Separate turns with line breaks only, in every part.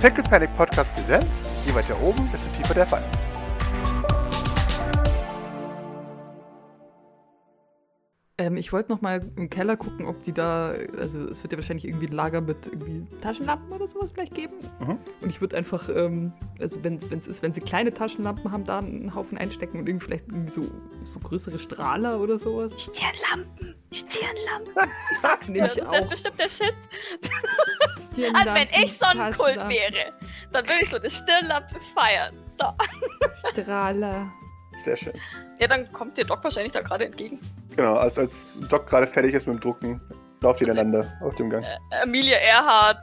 Pickle Panic Podcast Präsenz. Je weiter oben, desto tiefer der Fall.
Ähm, ich wollte noch mal im Keller gucken, ob die da, also es wird ja wahrscheinlich irgendwie ein Lager mit irgendwie Taschenlampen oder sowas vielleicht geben.
Mhm.
Und ich würde einfach, ähm, also wenn es ist, wenn sie kleine Taschenlampen haben, da einen Haufen einstecken und irgendwie vielleicht irgendwie so, so größere Strahler oder sowas.
Stirnlampen. Stirnlampen.
Sag's
Das
nämlich
ist ja
auch.
bestimmt der Shit. Also wenn ich Sonnenkult wäre, dann würde ich so eine Stirnlampe feiern.
Strahler.
Sehr schön.
Ja, dann kommt dir Doc wahrscheinlich da gerade entgegen.
Genau, als, als Doc gerade fertig ist mit dem Drucken, lauft ihr ineinander auf dem Gang.
Amelia Earhart.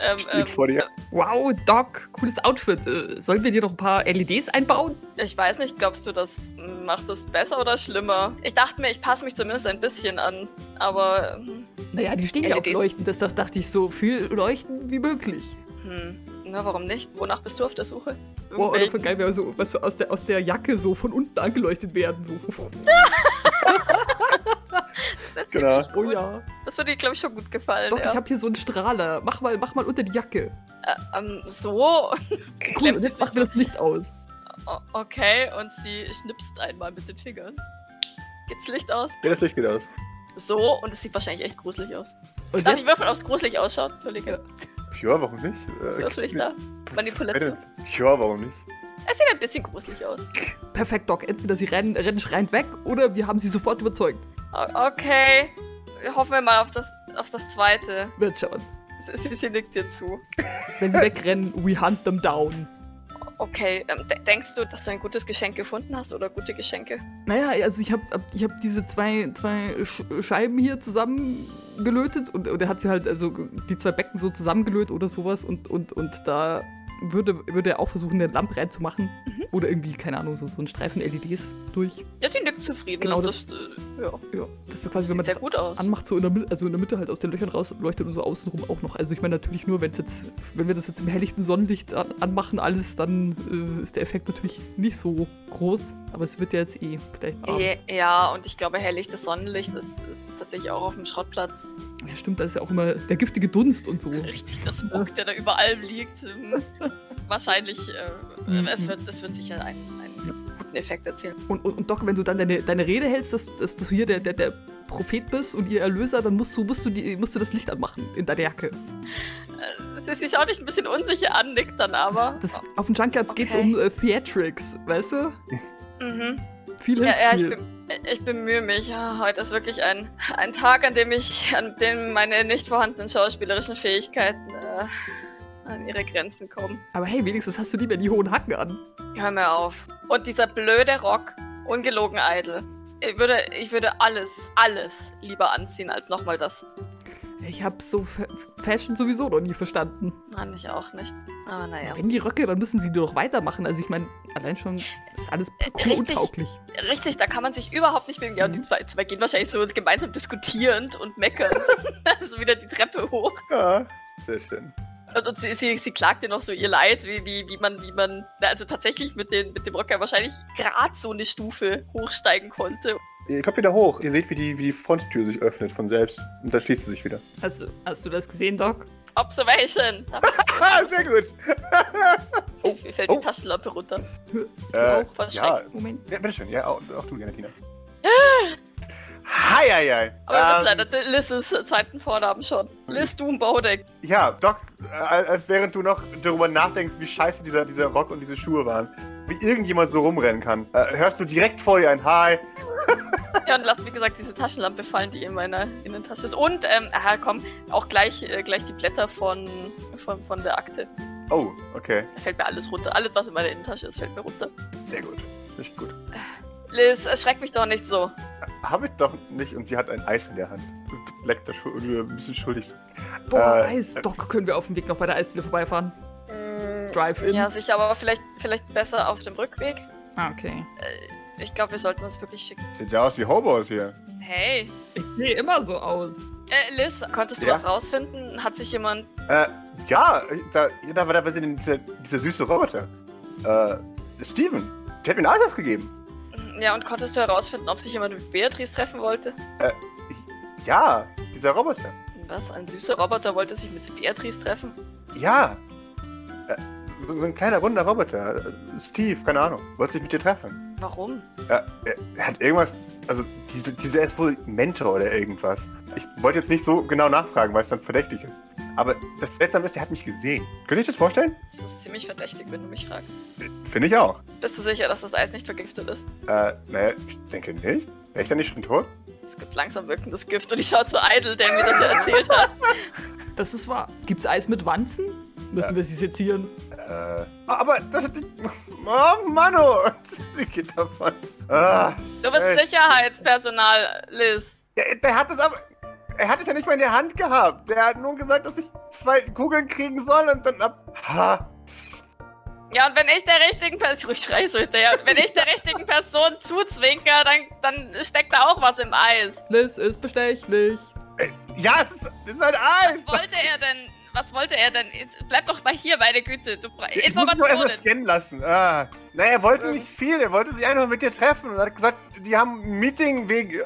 ähm,
Liegt
ähm,
vor dir.
Wow, Doc, cooles Outfit. Äh, Sollen wir dir noch ein paar LEDs einbauen?
ich weiß nicht, glaubst du, das macht es besser oder schlimmer? Ich dachte mir, ich passe mich zumindest ein bisschen an, aber hm,
Naja, die stehen ja auf
LEDs.
Leuchten. Das das dachte ich so viel Leuchten wie möglich.
hm, na warum nicht? Wonach bist du auf der Suche?
Boah, oder voll geil wäre so, was so aus der, aus der Jacke so von unten angeleuchtet werden. So.
das
Genau.
genau.
Oh
gut.
ja.
Das würde dir, glaube ich, schon gut gefallen.
Doch,
ja.
ich habe hier so einen Strahler. Mach mal, mach mal unter die Jacke.
ähm, so,
Cool,
Klemmt
und jetzt
sich
machen wir das Licht aus.
O- Okay, und sie schnipst einmal mit den Fingern. Geht's Licht aus?
Ja, das Licht geht aus.
So, und es sieht wahrscheinlich echt gruselig aus.
Und
Darf ich
jetzt,
würfeln, ob es gruselig ausschaut? Völlig ja.
Ja, warum nicht? Äh,
würfel ich da. Manipulation.
Ja, warum nicht?
Es sieht ein bisschen gruselig aus.
perfekt, Doc. Entweder sie rennen, rennen schreiend weg oder wir haben sie sofort überzeugt.
O okay, hoffen wir mal auf das, auf das zweite.
Wird schauen.
Sie, sie, sie nickt dir zu.
Wenn sie wegrennen, we hunt them down.
Okay, ähm, de denkst du, dass du ein gutes Geschenk gefunden hast oder gute Geschenke?
Naja, also ich habe ich hab diese zwei, zwei Sch Scheiben hier zusammengelötet und, und er hat sie halt, also die zwei Becken so zusammengelötet oder sowas und, und, und da würde, würde er auch versuchen, eine Lampe reinzumachen
Mhm.
oder irgendwie, keine Ahnung, so, so einen Streifen LEDs durch.
Ja, sie nickt zufrieden.
Genau,
das, das, äh, ja.
Ja, das ist quasi, wenn
sieht
man
sehr
das
gut aus.
anmacht, so in der, Mi- also in der Mitte halt aus den Löchern rausleuchtet und so außenrum auch noch. Also ich meine natürlich nur, wenn's jetzt, wenn wir das jetzt im helllichten Sonnenlicht an, anmachen alles, dann äh, ist der Effekt natürlich nicht so groß, aber es wird ja jetzt eh vielleicht abends.
Ja, ja, und ich glaube, helllichtes Sonnenlicht ist, ist tatsächlich auch auf dem Schrottplatz
Ja, stimmt, da ist ja auch immer der giftige Dunst und so.
Richtig, das Muck, der da überall liegt. ähm, Wahrscheinlich, äh,
Mhm.
es, wird, es wird sicher einen, einen guten Effekt erzielen.
Und, und, und Doc, wenn du dann deine, deine Rede hältst, dass, dass du hier der, der, der Prophet bist und ihr Erlöser, dann musst du, musst, du die, musst du das Licht anmachen in deiner Jacke.
Sie, sie schaut dich ein bisschen unsicher an, nickt dann aber.
das, das, auf dem Junkyard geht's
Okay.
um äh, Theatrics, weißt du?
mhm.
Viel
Ja,
hilft
ja, ich,
viel.
bin, äh, ich bemühe mich. Ah, Heute ist wirklich ein, ein Tag, an dem ich, an dem meine nicht vorhandenen schauspielerischen Fähigkeiten äh, an ihre Grenzen kommen.
Aber hey, wenigstens hast du nicht mehr die hohen Hacken an.
Hör mir auf. Und dieser blöde Rock, ungelogen eitel. Ich würde, ich würde alles, alles lieber anziehen, als nochmal das
Ich hab so Fa- Fashion sowieso noch nie verstanden.
Nein, ich auch nicht. Aber naja.
Wenn die Röcke, dann müssen sie nur noch weitermachen. Also ich meine, allein schon ist alles
Äh, richtig.
untauglich.
Richtig, da kann man sich überhaupt nicht bewegen. Ja, und
Mhm.
die zwei, zwei gehen wahrscheinlich so gemeinsam diskutierend und meckernd. so wieder die Treppe hoch.
Ja, sehr schön.
Und, und sie, sie, sie klagt dir noch so ihr Leid, wie, wie, wie man, wie man, na, also tatsächlich mit, den, mit dem Rocker wahrscheinlich gerade so eine Stufe hochsteigen konnte.
Ihr kommt wieder hoch. Ihr seht, wie die, wie die Fronttür sich öffnet von selbst. Und dann schließt sie sich wieder.
Hast, du- hast du das gesehen, Doc?
Observation! Da
Ah, sehr gut.
mir fällt
oh.
die Taschenlampe runter.
Äh,
auch
ja,
verschrecken.
Moment.
ja, bitteschön. Ja, auch, auch du gerne, Tina. Hi, hi, hi.
Aber wir
Ähm, Mhm.
müssen leider Liz' zweiten Vornamen schon. Liz Doombodeck.
Ja, Doc, äh, als während du noch darüber nachdenkst, wie scheiße dieser, dieser Rock und diese Schuhe waren, wie irgendjemand so rumrennen kann, äh, hörst du direkt vor dir ein Hi.
Ja, und lass, wie gesagt, diese Taschenlampe fallen, die in meiner Innentasche ist. Und, ähm, aha, komm, auch gleich, äh, gleich die Blätter von, von, von der Akte.
Oh, okay.
Da fällt mir alles runter. Alles, was in meiner Innentasche ist, fällt mir runter.
Sehr gut. Nicht gut.
Liz, erschreck mich doch nicht so.
Habe ich doch nicht und sie hat ein Eis in der Hand. Und Leckt da schon irgendwie ein bisschen schuldig.
Boah,
Äh,
Eis. Doc, können wir auf dem Weg noch bei der Eisdiele vorbeifahren? Drive-in.
Ja, sicher, aber vielleicht, vielleicht besser auf dem Rückweg.
Ah, okay.
Ich glaube, wir sollten uns wirklich schicken.
Sieht ja aus wie Hobos hier.
Hey.
Ich sehe immer so aus.
Äh, Liz, konntest du
Ja?
was rausfinden? Hat sich jemand.
Äh, ja, da, ja, da war da war sie denn dieser, dieser süße Roboter. Äh, Steven, der hat mir ein Eis gegeben.
Ja, und konntest du herausfinden, ob sich jemand mit Beatrice treffen wollte?
Ja, dieser Roboter.
Was? Ein süßer Roboter wollte sich mit Beatrice treffen?
Ja. Äh, so, so ein kleiner runder Roboter. Äh, Steve, keine Ahnung. Wollte sich mit dir treffen.
Warum?
Äh, er- er hat irgendwas. Also, diese, diese ist wohl Mentor oder irgendwas. Ich wollte jetzt nicht so genau nachfragen, weil es dann verdächtig ist. Aber das Seltsame ist, er hat mich gesehen. Könnt ihr euch das vorstellen?
Das ist ziemlich verdächtig, wenn du mich fragst.
Finde ich auch.
Bist du sicher, dass das Eis nicht vergiftet ist?
Äh, naja, ich denke nicht. Wäre ich dann nicht schon tot?
Es gibt langsam wirkendes Gift und ich schaue zu Idle, der mir das ja erzählt hat.
Das ist wahr. Gibt's Eis mit Wanzen? Müssen wir sie sezieren?
Äh, aber das, oh Mano, sie geht davon. Ah,
Du bist
Echt?
Sicherheitspersonal, Liz.
der, der hat es aber, er hat es ja nicht mal in der Hand gehabt. Der hat nur gesagt, dass ich zwei Kugeln kriegen soll und dann ab. Ha,
Ja, und wenn ich der richtigen Person, ich schreie so hinterher, wenn ich der richtigen Person zuzwinker, dann, dann steckt da auch was im Eis.
Liz ist bestechlich.
äh, ja, es ist, es ist ein
Was
Eis.
wollte er denn? Was wollte er denn? Jetzt Bleib doch mal hier, meine Güte. Du bra-
Ich muss nur erstmal
Informationen.
scannen lassen. Ah. Naja, er wollte nicht viel, er wollte sich einfach mit dir treffen und hat gesagt, die haben ein Meeting wegen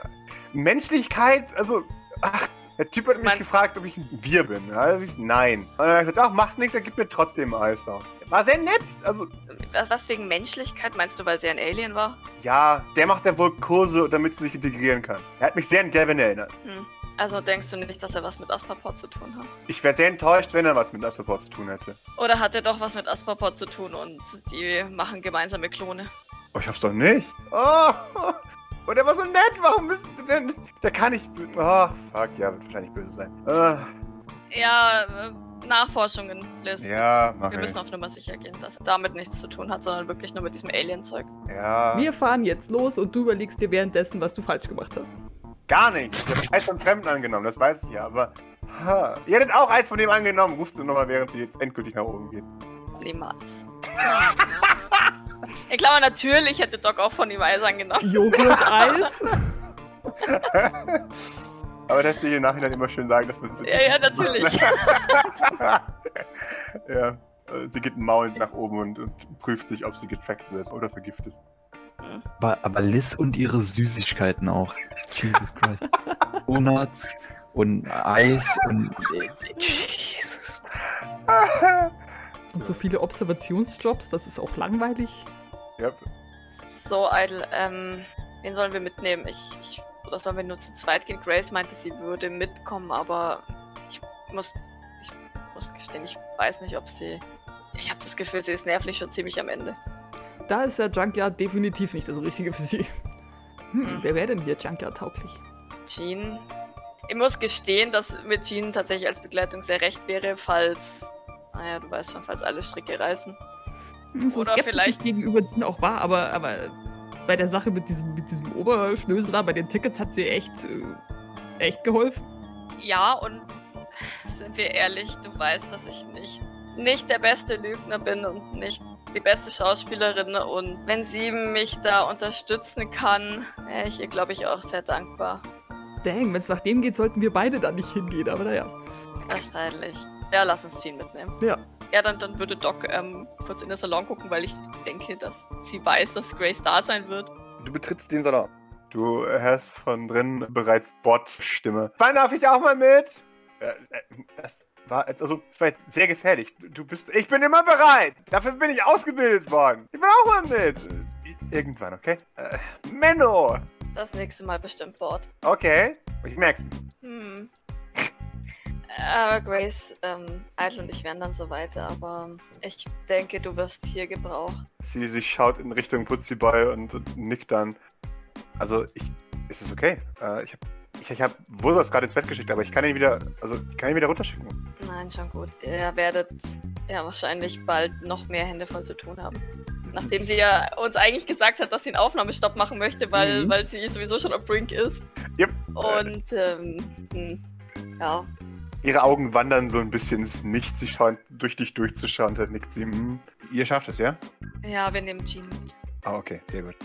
Menschlichkeit, also, ach, der Typ hat mich
Man-
gefragt, ob ich ein Wir bin. Ja, also ich, nein. Und dann hat er gesagt, ach, macht nichts, er gibt mir trotzdem Eis auch. War sehr nett, also,
Was wegen Menschlichkeit? Meinst du, weil sie ein Alien war?
ja, der macht ja wohl Kurse, damit sie sich integrieren kann. Er hat mich sehr an Gavin erinnert.
Also denkst du nicht, dass er was mit Aspaport zu tun hat?
Ich wäre sehr enttäuscht, wenn er was mit Astroport zu tun hätte.
Oder hat er doch was mit Aspaport zu tun und die machen gemeinsame Klone?
Oh, ich hoff's doch nicht. Oh, und er war so nett. Warum müssen die denn... Der kann nicht... bö- Oh, fuck, ja, wird wahrscheinlich böse sein. Ah,
Ja, äh, Nachforschungen, Liz.
ja, mach
Wir
ich.
müssen auf Nummer sicher gehen, dass er damit nichts zu tun hat, sondern wirklich nur mit diesem Alien-Zeug.
Ja,
Wir fahren jetzt los und du überlegst dir währenddessen, was du falsch gemacht hast.
gar nicht. Ich hab Eis von Fremden angenommen, das weiß ich ja, aber... Ha. Ihr hättet auch Eis von dem angenommen. Rufst du nochmal, während sie jetzt endgültig nach oben geht.
Niemals. Ich glaube, natürlich hätte Doc auch von ihm Eis angenommen.
Joghurt-Eis?
Aber das dir im Nachhinein immer schön sagen, dass man das...
Ja, ja, natürlich.
ja. Äh, Sie geht maulend nach oben und, und prüft sich, ob sie getrackt wird oder vergiftet.
Aber, aber Liz und ihre Süßigkeiten auch. Jesus Christ. Donuts und Eis und. äh, Jesus.
Und so viele Observationsjobs, das ist auch langweilig.
Ja,
So, Idle, ähm, wen sollen wir mitnehmen? Ich, ich, oder sollen wir nur zu zweit gehen? Grace meinte, sie würde mitkommen, aber ich muss, ich muss gestehen, ich weiß nicht, ob sie. Ich habe das Gefühl, sie ist nervlich schon ziemlich am Ende.
Da ist der Junkyard definitiv nicht das Richtige für sie. Hm, wer wäre denn hier Junkyard tauglich?
Jean. Ich muss gestehen, dass mit Jean tatsächlich als Begleitung sehr recht wäre, falls. Naja, du weißt schon, falls alle Stricke reißen.
Hm, So
Oder
skeptisch
vielleicht-
ich gegenüber denen auch war, aber, aber bei der Sache mit diesem, mit diesem Oberschnösel da, bei den Tickets hat sie echt, äh, echt geholfen.
Ja, und sind wir ehrlich, du weißt, dass ich nicht, nicht der beste Lügner bin und nicht die beste Schauspielerin. Und wenn sie mich da unterstützen kann, wäre ich ihr, glaube ich, auch sehr dankbar.
Dang, wenn es nach dem geht, sollten wir beide da nicht hingehen, aber naja.
Wahrscheinlich. Ja, lass uns Jean mitnehmen.
Ja.
Ja, dann, dann würde Doc ähm, kurz in den Salon gucken, weil ich denke, dass sie weiß, dass Grace da sein wird.
Du betrittst den Salon. Du hörst von drin bereits Bot-Stimme. Wann darf ich auch mal mit? Äh, äh, Das war, jetzt- also, das war jetzt sehr gefährlich. Du- Du bist, ich bin immer bereit. Dafür bin ich ausgebildet worden. Ich will auch mal mit. Äh, Irgendwann, okay? Äh, Menno.
Das nächste Mal bestimmt Bord.
Okay. Ich merk's.
Hm. Aber Grace, ähm, Idle und ich wären dann so weiter, aber ich denke, du wirst hier gebraucht.
Sie, sie schaut in Richtung Putziboy und, und nickt dann. Also, ich, es ist okay. Äh, ich habe ich, ich hab Wurzel's gerade ins Bett geschickt, aber ich kann ihn wieder, also, ich kann ihn wieder runterschicken.
Nein, schon gut. Ihr werdet ja wahrscheinlich bald noch mehr Hände voll zu tun haben. Nachdem sie ja uns eigentlich gesagt hat, dass sie einen Aufnahmestopp machen möchte, weil,
Mhm.
weil sie sowieso schon am Brink ist.
Yep.
Und ähm, hm, ja,
Ihre Augen wandern so ein bisschen ins Nichts. Sie scheint durch dich durchzuschauen. Dann nickt sie. "Hm, Ihr schafft es, ja?
ja, wir nehmen Jean mit.
Ah, okay, sehr gut.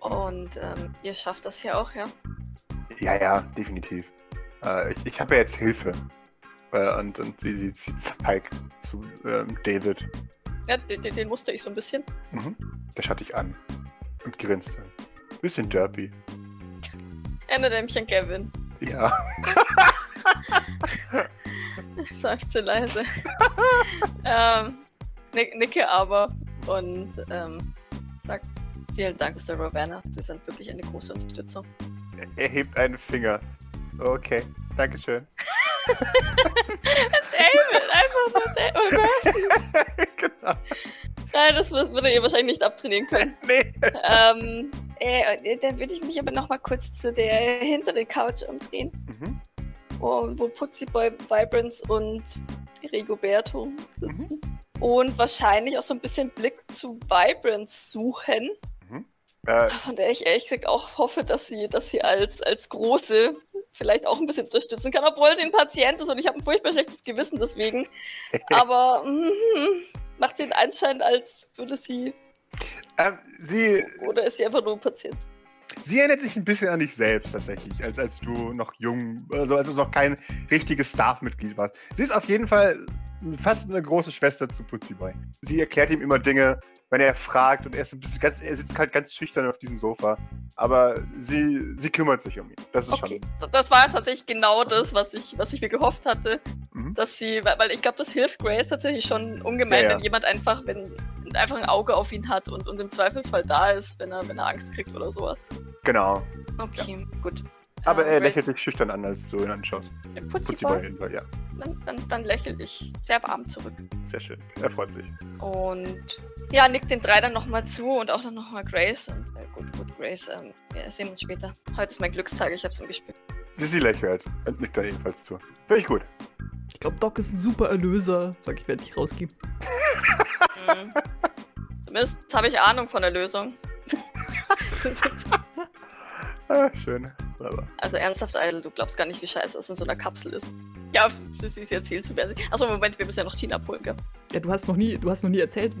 Und ähm, ihr schafft das hier auch, ja?
Ja, ja, definitiv. Äh, ich ich habe ja jetzt Hilfe. Äh, und und sie, sie, sie zeigt zu ähm, David.
Ja, den, den den musste ich so ein bisschen.
Mhm. Der schaut dich an und grinst. Bisschen derpy.
Ende Dämmchen, Kevin.
Ja.
Seufze leise. ähm, nick, nicke aber und ähm, sag vielen Dank, Mr. Ravenna. Sie sind wirklich eine große Unterstützung.
Er hebt einen Finger. Okay, Dankeschön.
David, einfach nur David. Grass.
genau.
Nein, das wür- würde ihr wahrscheinlich nicht abtrainieren können.
Nee.
ähm, äh, äh, dann würde ich mich aber nochmal kurz zu der hinteren Couch umdrehen.
Mhm.
wo, wo Putziboy Vibrance und Rigoberto
Mhm.
sitzen. Und wahrscheinlich auch so ein bisschen Blick zu Vibrance suchen,
Äh,
von der ich ehrlich gesagt auch hoffe, dass sie, dass sie als, als Große vielleicht auch ein bisschen unterstützen kann, obwohl sie ein Patient ist und ich habe ein furchtbar schlechtes Gewissen deswegen. Aber mm, macht sie den Anschein, als würde sie,
ähm, sie,
oder ist sie einfach nur ein Patient?
sie erinnert sich ein bisschen an dich selbst tatsächlich, als, als du noch jung, also als du noch kein richtiges Staff-Mitglied warst. Sie ist auf jeden Fall fast eine große Schwester zu Putziboy. Sie erklärt ihm immer Dinge, wenn er fragt und er ist ein bisschen ganz, er sitzt halt ganz schüchtern auf diesem Sofa. Aber sie, sie kümmert sich um ihn. Das ist
Okay, D- das war tatsächlich genau das, was ich, was ich mir gehofft hatte,
Mhm.
dass sie, weil weil ich glaube, das hilft Grace tatsächlich schon ungemein,
Ja, ja.
wenn jemand einfach, wenn einfach ein Auge auf ihn hat und, und im Zweifelsfall da ist, wenn er, wenn er Angst kriegt oder sowas.
schon. Genau.
Okay, gut.
Aber
Ähm,
er
Grace-
lächelt dich schüchtern an, als du ihn anschaust. Putziboy, auf
Putziboy,
jeden Fall, ja.
dann, ne, dann, dann lächel ich sehr warm zurück.
Sehr schön. Er freut sich.
Und ja, nickt den drei dann nochmal zu und auch dann nochmal Grace. Und äh, gut, gut, Grace, ähm, wir sehen uns später. Heute ist mein Glückstag, ich hab's im Gespür.
Sissi lächelt und nickt da ebenfalls zu. Finde ich gut.
Ich glaube, Doc ist ein super Erlöser. Sag ich, werde ich rausgeben.
Mhm. Zumindest habe ich Ahnung von der Lösung.
Ah, schön. Wunderbar.
also ernsthaft, Idle, du glaubst gar nicht, wie scheiße es in so einer Kapsel ist. Ja, das ist erzählt zu werden. Achso, Moment, wir müssen ja noch Tina abholen, gell?
Ja, du hast noch nie, du hast noch nie erzählt,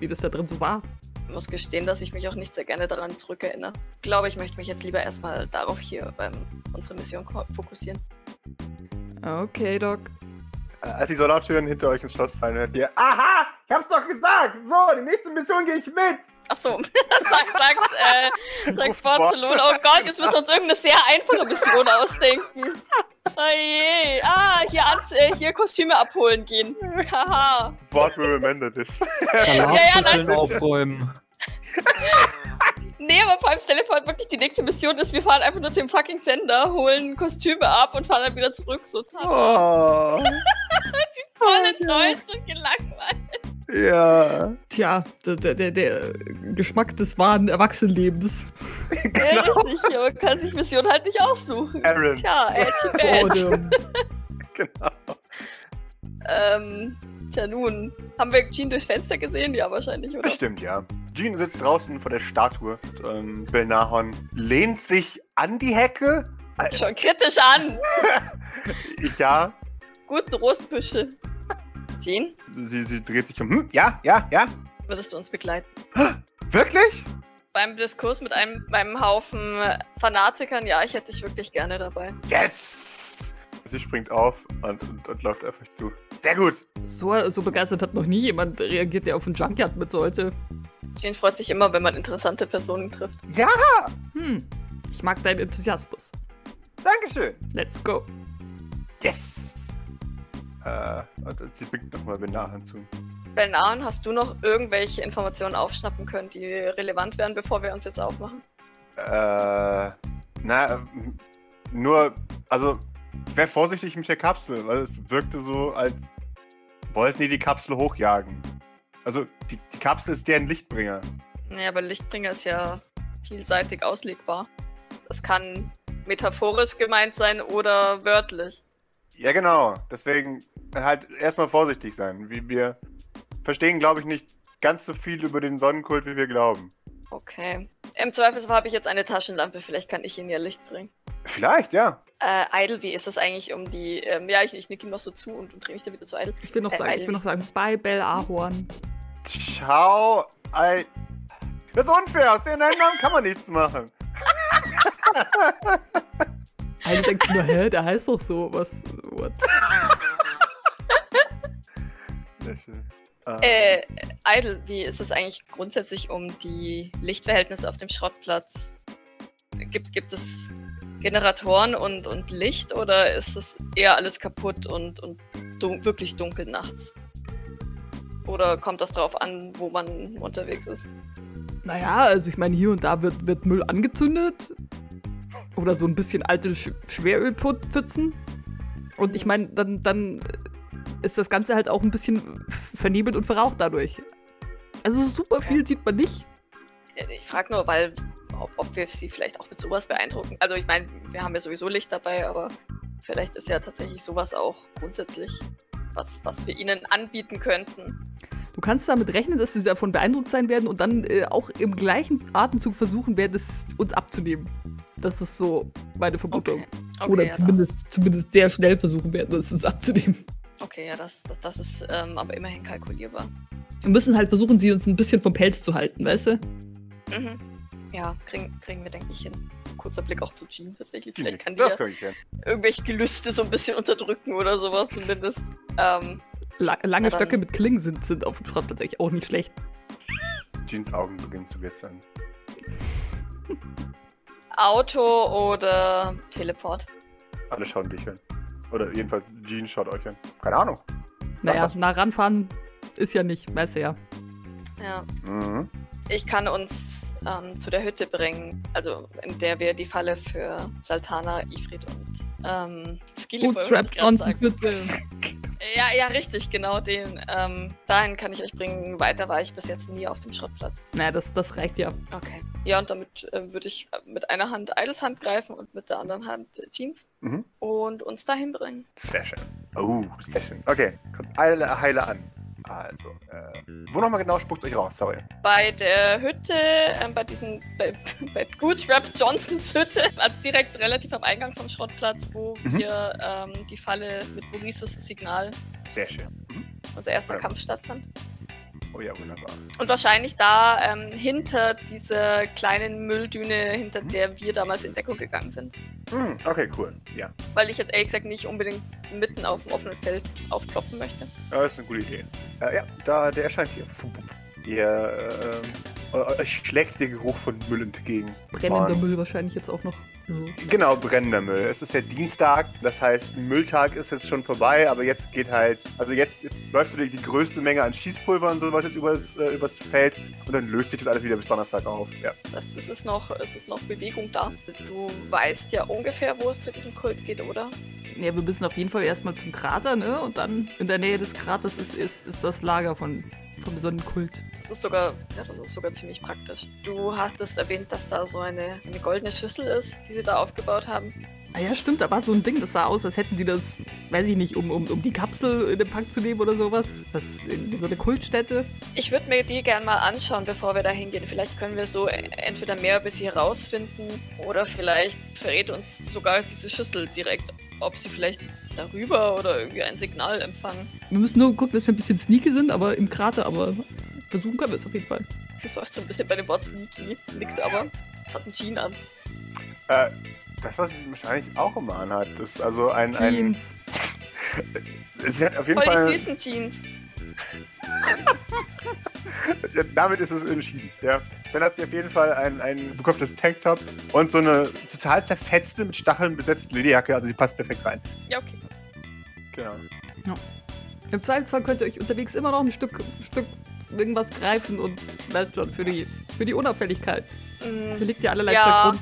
wie das da drin so war.
Ich muss gestehen, dass ich mich auch nicht sehr gerne daran zurückerinnere. Ich glaube, ich möchte mich jetzt lieber erstmal darauf hier ähm, unsere Mission ko- fokussieren.
Okay, Doc.
Äh, Als die Solartüren hinter euch ins Schloss fallen, hört ihr, aha, ich hab's doch gesagt. So, die nächste Mission gehe ich mit.
Achso, sagt, sagt, äh, sagt
Ruft
Barcelona. Oh Gott, jetzt müssen wir uns irgendeine sehr einfache Mission ausdenken. Oh je. Ah, hier, Anz- äh, hier Kostüme abholen gehen. Haha.
Bord will remember this.
Salatschüsseln aufräumen.
Nee, aber vor allem stelle vor, wirklich die nächste Mission ist, wir fahren einfach nur zum fucking Sender, holen Kostüme ab und fahren dann wieder zurück. So total
Oh,
voll enttäuscht und gelangweilt.
ja.
Tja, der, der, der, der Geschmack des wahren Erwachsenenlebens.
Ja, richtig, aber kann sich Mission halt nicht aussuchen.
Aaron,
Tja, edgy
Oh,
bad.
der,
genau.
Ähm, tja nun, haben wir Jean durchs Fenster gesehen? Ja, wahrscheinlich, oder?
Bestimmt, ja. Jean sitzt draußen vor der Statue. und, Ähm, Belnahon lehnt sich an die Hecke.
Schon kritisch an.
Ja,
Guten Rosenbüsche. Jean,
sie, sie dreht sich um. Hm, ja, ja, ja.
würdest du uns begleiten?
Wirklich?
Beim Diskurs mit einem, meinem Haufen Fanatikern, ja, ich hätte dich wirklich gerne dabei.
Yes! Sie springt auf und, und, und läuft einfach zu. Sehr gut.
ähm, so, so begeistert hat noch nie jemand reagiert, der auf einen Junkyard mit sollte.
Jean freut sich immer, wenn man interessante Personen trifft.
Ja,
Hm, ich mag deinen Enthusiasmus.
Dankeschön.
Let's go.
Yes! Äh, und, und sie winkt nochmal Benahan zu.
Belnaren, hast du noch irgendwelche Informationen aufschnappen können, die relevant wären, bevor wir uns jetzt aufmachen?
Äh, na, ähm, nur, also, ich wäre vorsichtig mit der Kapsel, weil es wirkte so, als wollten die die Kapsel hochjagen. Also, die, die Kapsel ist deren Lichtbringer.
Nee, aber Lichtbringer ist ja vielseitig auslegbar. Das kann metaphorisch gemeint sein oder wörtlich.
Ja, genau. Deswegen halt erstmal vorsichtig sein. Wie wir verstehen, glaube ich, nicht ganz so viel über den Sonnenkult, wie wir glauben.
Okay. Im Zweifelsfall habe ich jetzt eine Taschenlampe, vielleicht kann ich ihn ja Licht bringen.
Vielleicht, ja.
Äh, Idle, wie ist es eigentlich um die. Ähm, ja, ich, ich nick ihm noch so zu und, und drehe mich dann wieder zu Idle.
Ich will noch
Äh,
sagen, ich will noch sagen, bye Bell Ahorn.
Ciao. Ei. Das ist unfair. Aus den Namen kann man nichts machen.
Heidi denkt sich nur, hä, der heißt doch so, was, what?
Sehr schön. Ah.
Äh, Idle, wie ist es eigentlich grundsätzlich um die Lichtverhältnisse auf dem Schrottplatz? Gibt, gibt es Generatoren und, und Licht oder ist es eher alles kaputt und, und dun wirklich dunkel nachts? Oder kommt das darauf an, wo man unterwegs ist?
Naja, also ich meine, hier und da wird, wird Müll angezündet. Oder so ein bisschen alte Sch Schwerölpfützen. Und ich meine, dann, dann ist das Ganze halt auch ein bisschen vernebelt und verraucht dadurch. Also super viel sieht man nicht.
Äh, Ich frage nur, weil, ob, ob wir sie vielleicht auch mit sowas beeindrucken. Also ich meine, wir haben ja sowieso Licht dabei, aber vielleicht ist ja tatsächlich sowas auch grundsätzlich, was, was wir ihnen anbieten könnten.
Du kannst damit rechnen, dass sie davon beeindruckt sein werden und dann äh, auch im gleichen Atemzug versuchen werden, es uns abzunehmen. Das ist so meine Vermutung.
Okay,
Oder
ja,
zumindest, zumindest sehr schnell versuchen werden, es uns abzunehmen.
da- okay, ja, das, das, das ist ähm, aber immerhin kalkulierbar.
Wir müssen halt versuchen, sie uns ein bisschen vom Pelz zu halten, weißt du?
Mhm. Ja, kriegen, kriegen wir, denke ich, hin. Kurzer Blick auch zu Jean tatsächlich. Vielleicht kann die
Das
ja
kann ich ja.
irgendwelche Gelüste so ein bisschen unterdrücken oder sowas zumindest. Ähm,
La lange
Ja, dann-
Stöcke mit Klingen sind, sind auf dem Schrott tatsächlich auch nicht schlecht.
Jeans Augen beginnen zu glitzern.
Auto oder Teleport.
Alle schauen dich an. Oder jedenfalls Jean schaut euch an. Keine Ahnung.
Naja,
was?
nah ranfahren ist ja nicht, weißt du ja.
Ja.
Mhm.
Ich kann uns ähm, zu der Hütte bringen, also in der wir die Falle für Saltana, Ifrit und ähm, Skilly
Gut, trapped uns bitte.
Ja, ja, richtig, genau den. Ähm, dahin kann ich euch bringen. Weiter war ich bis jetzt nie auf dem Schrottplatz.
Naja, das, das reicht ja.
Okay. Ja, und damit äh, würde ich äh, mit einer Hand Eiles Hand greifen und mit der anderen Hand äh, Jeans
Mhm.
und uns dahin bringen.
Session. Oh, Session. Okay, kommt alle heile an. Also, äh, wo nochmal genau spuckt's euch raus? Sorry.
Bei der Hütte, ähm, bei diesem, bei, bei Goodstrap Johnsons Hütte, also direkt relativ am Eingang vom Schrottplatz, wo
Mhm.
wir ähm, die Falle mit Maurices Signal,
Sehr schön. Mhm.
unser erster
Ja.
Kampf stattfand.
Oh ja, wunderbar.
Und wahrscheinlich da ähm, hinter dieser kleinen Mülldüne, hinter der wir damals in Deckung gegangen sind.
Mhm. Okay, cool. Ja.
Weil ich jetzt ehrlich gesagt nicht unbedingt mitten auf dem offenen Feld aufploppen möchte.
Ja, das ist eine gute Idee. Äh, ja, da, der erscheint hier. Fup, fup. Ihr, ähm, eu- euch schlägt der Geruch von Müll entgegen.
Brennender
Und-
Müll wahrscheinlich jetzt auch noch. So.
Genau, brennender Müll. Es ist ja Dienstag, das heißt, Mülltag ist jetzt schon vorbei, aber jetzt geht halt, also jetzt, jetzt läuft so die, die größte Menge an Schießpulver und sowas jetzt übers, äh, übers Feld und dann löst sich das alles wieder bis Donnerstag auf. Ja.
Das heißt, es ist noch, es ist noch Bewegung da. Du weißt ja ungefähr, wo es zu diesem Kult geht, oder?
Ja, wir müssen auf jeden Fall erstmal zum Krater, ne? Und dann in der Nähe des Kraters ist, ist, ist das Lager von, vom Sonnenkult.
Das ist sogar, ja, das ist sogar ziemlich praktisch. Du hattest erwähnt, dass da so eine, eine goldene Schüssel ist, die sie da aufgebaut haben.
Ah ja, stimmt, da war so ein Ding, das sah aus, als hätten die das, weiß ich nicht, um, um, um die Kapsel in Empfang zu nehmen oder sowas. Das ist irgendwie so eine Kultstätte.
Ich würde mir die gern mal anschauen, bevor wir da hingehen. Vielleicht können wir so en- entweder mehr über sie herausfinden oder vielleicht verrät uns sogar diese Schüssel direkt, ob sie vielleicht darüber oder irgendwie ein Signal empfangen.
Wir müssen nur gucken, dass wir ein bisschen sneaky sind, aber im Krater, aber versuchen können wir es auf jeden Fall.
Sie seufzt so ein bisschen bei dem Wort Sneaky, nickt aber. Das hat einen Jean an.
Äh, das, was sie wahrscheinlich auch immer anhat, ist also ein. ein
Jeans.
sie hat auf jeden
Voll die
Fall.
süßen Jeans.
Ja, damit ist es entschieden. Ja. Dann hat sie auf jeden Fall ein, ein bekopftes Tanktop und so eine total zerfetzte, mit Stacheln besetzte Lederjacke. Also sie passt perfekt rein.
Ja, okay.
Genau.
Im Zweifelsfall könnt ihr euch unterwegs immer noch ein Stück, Stück irgendwas greifen und weißt schon, für die, für die Unauffälligkeit. Hier
Mm,
liegt ja allerlei
Ja.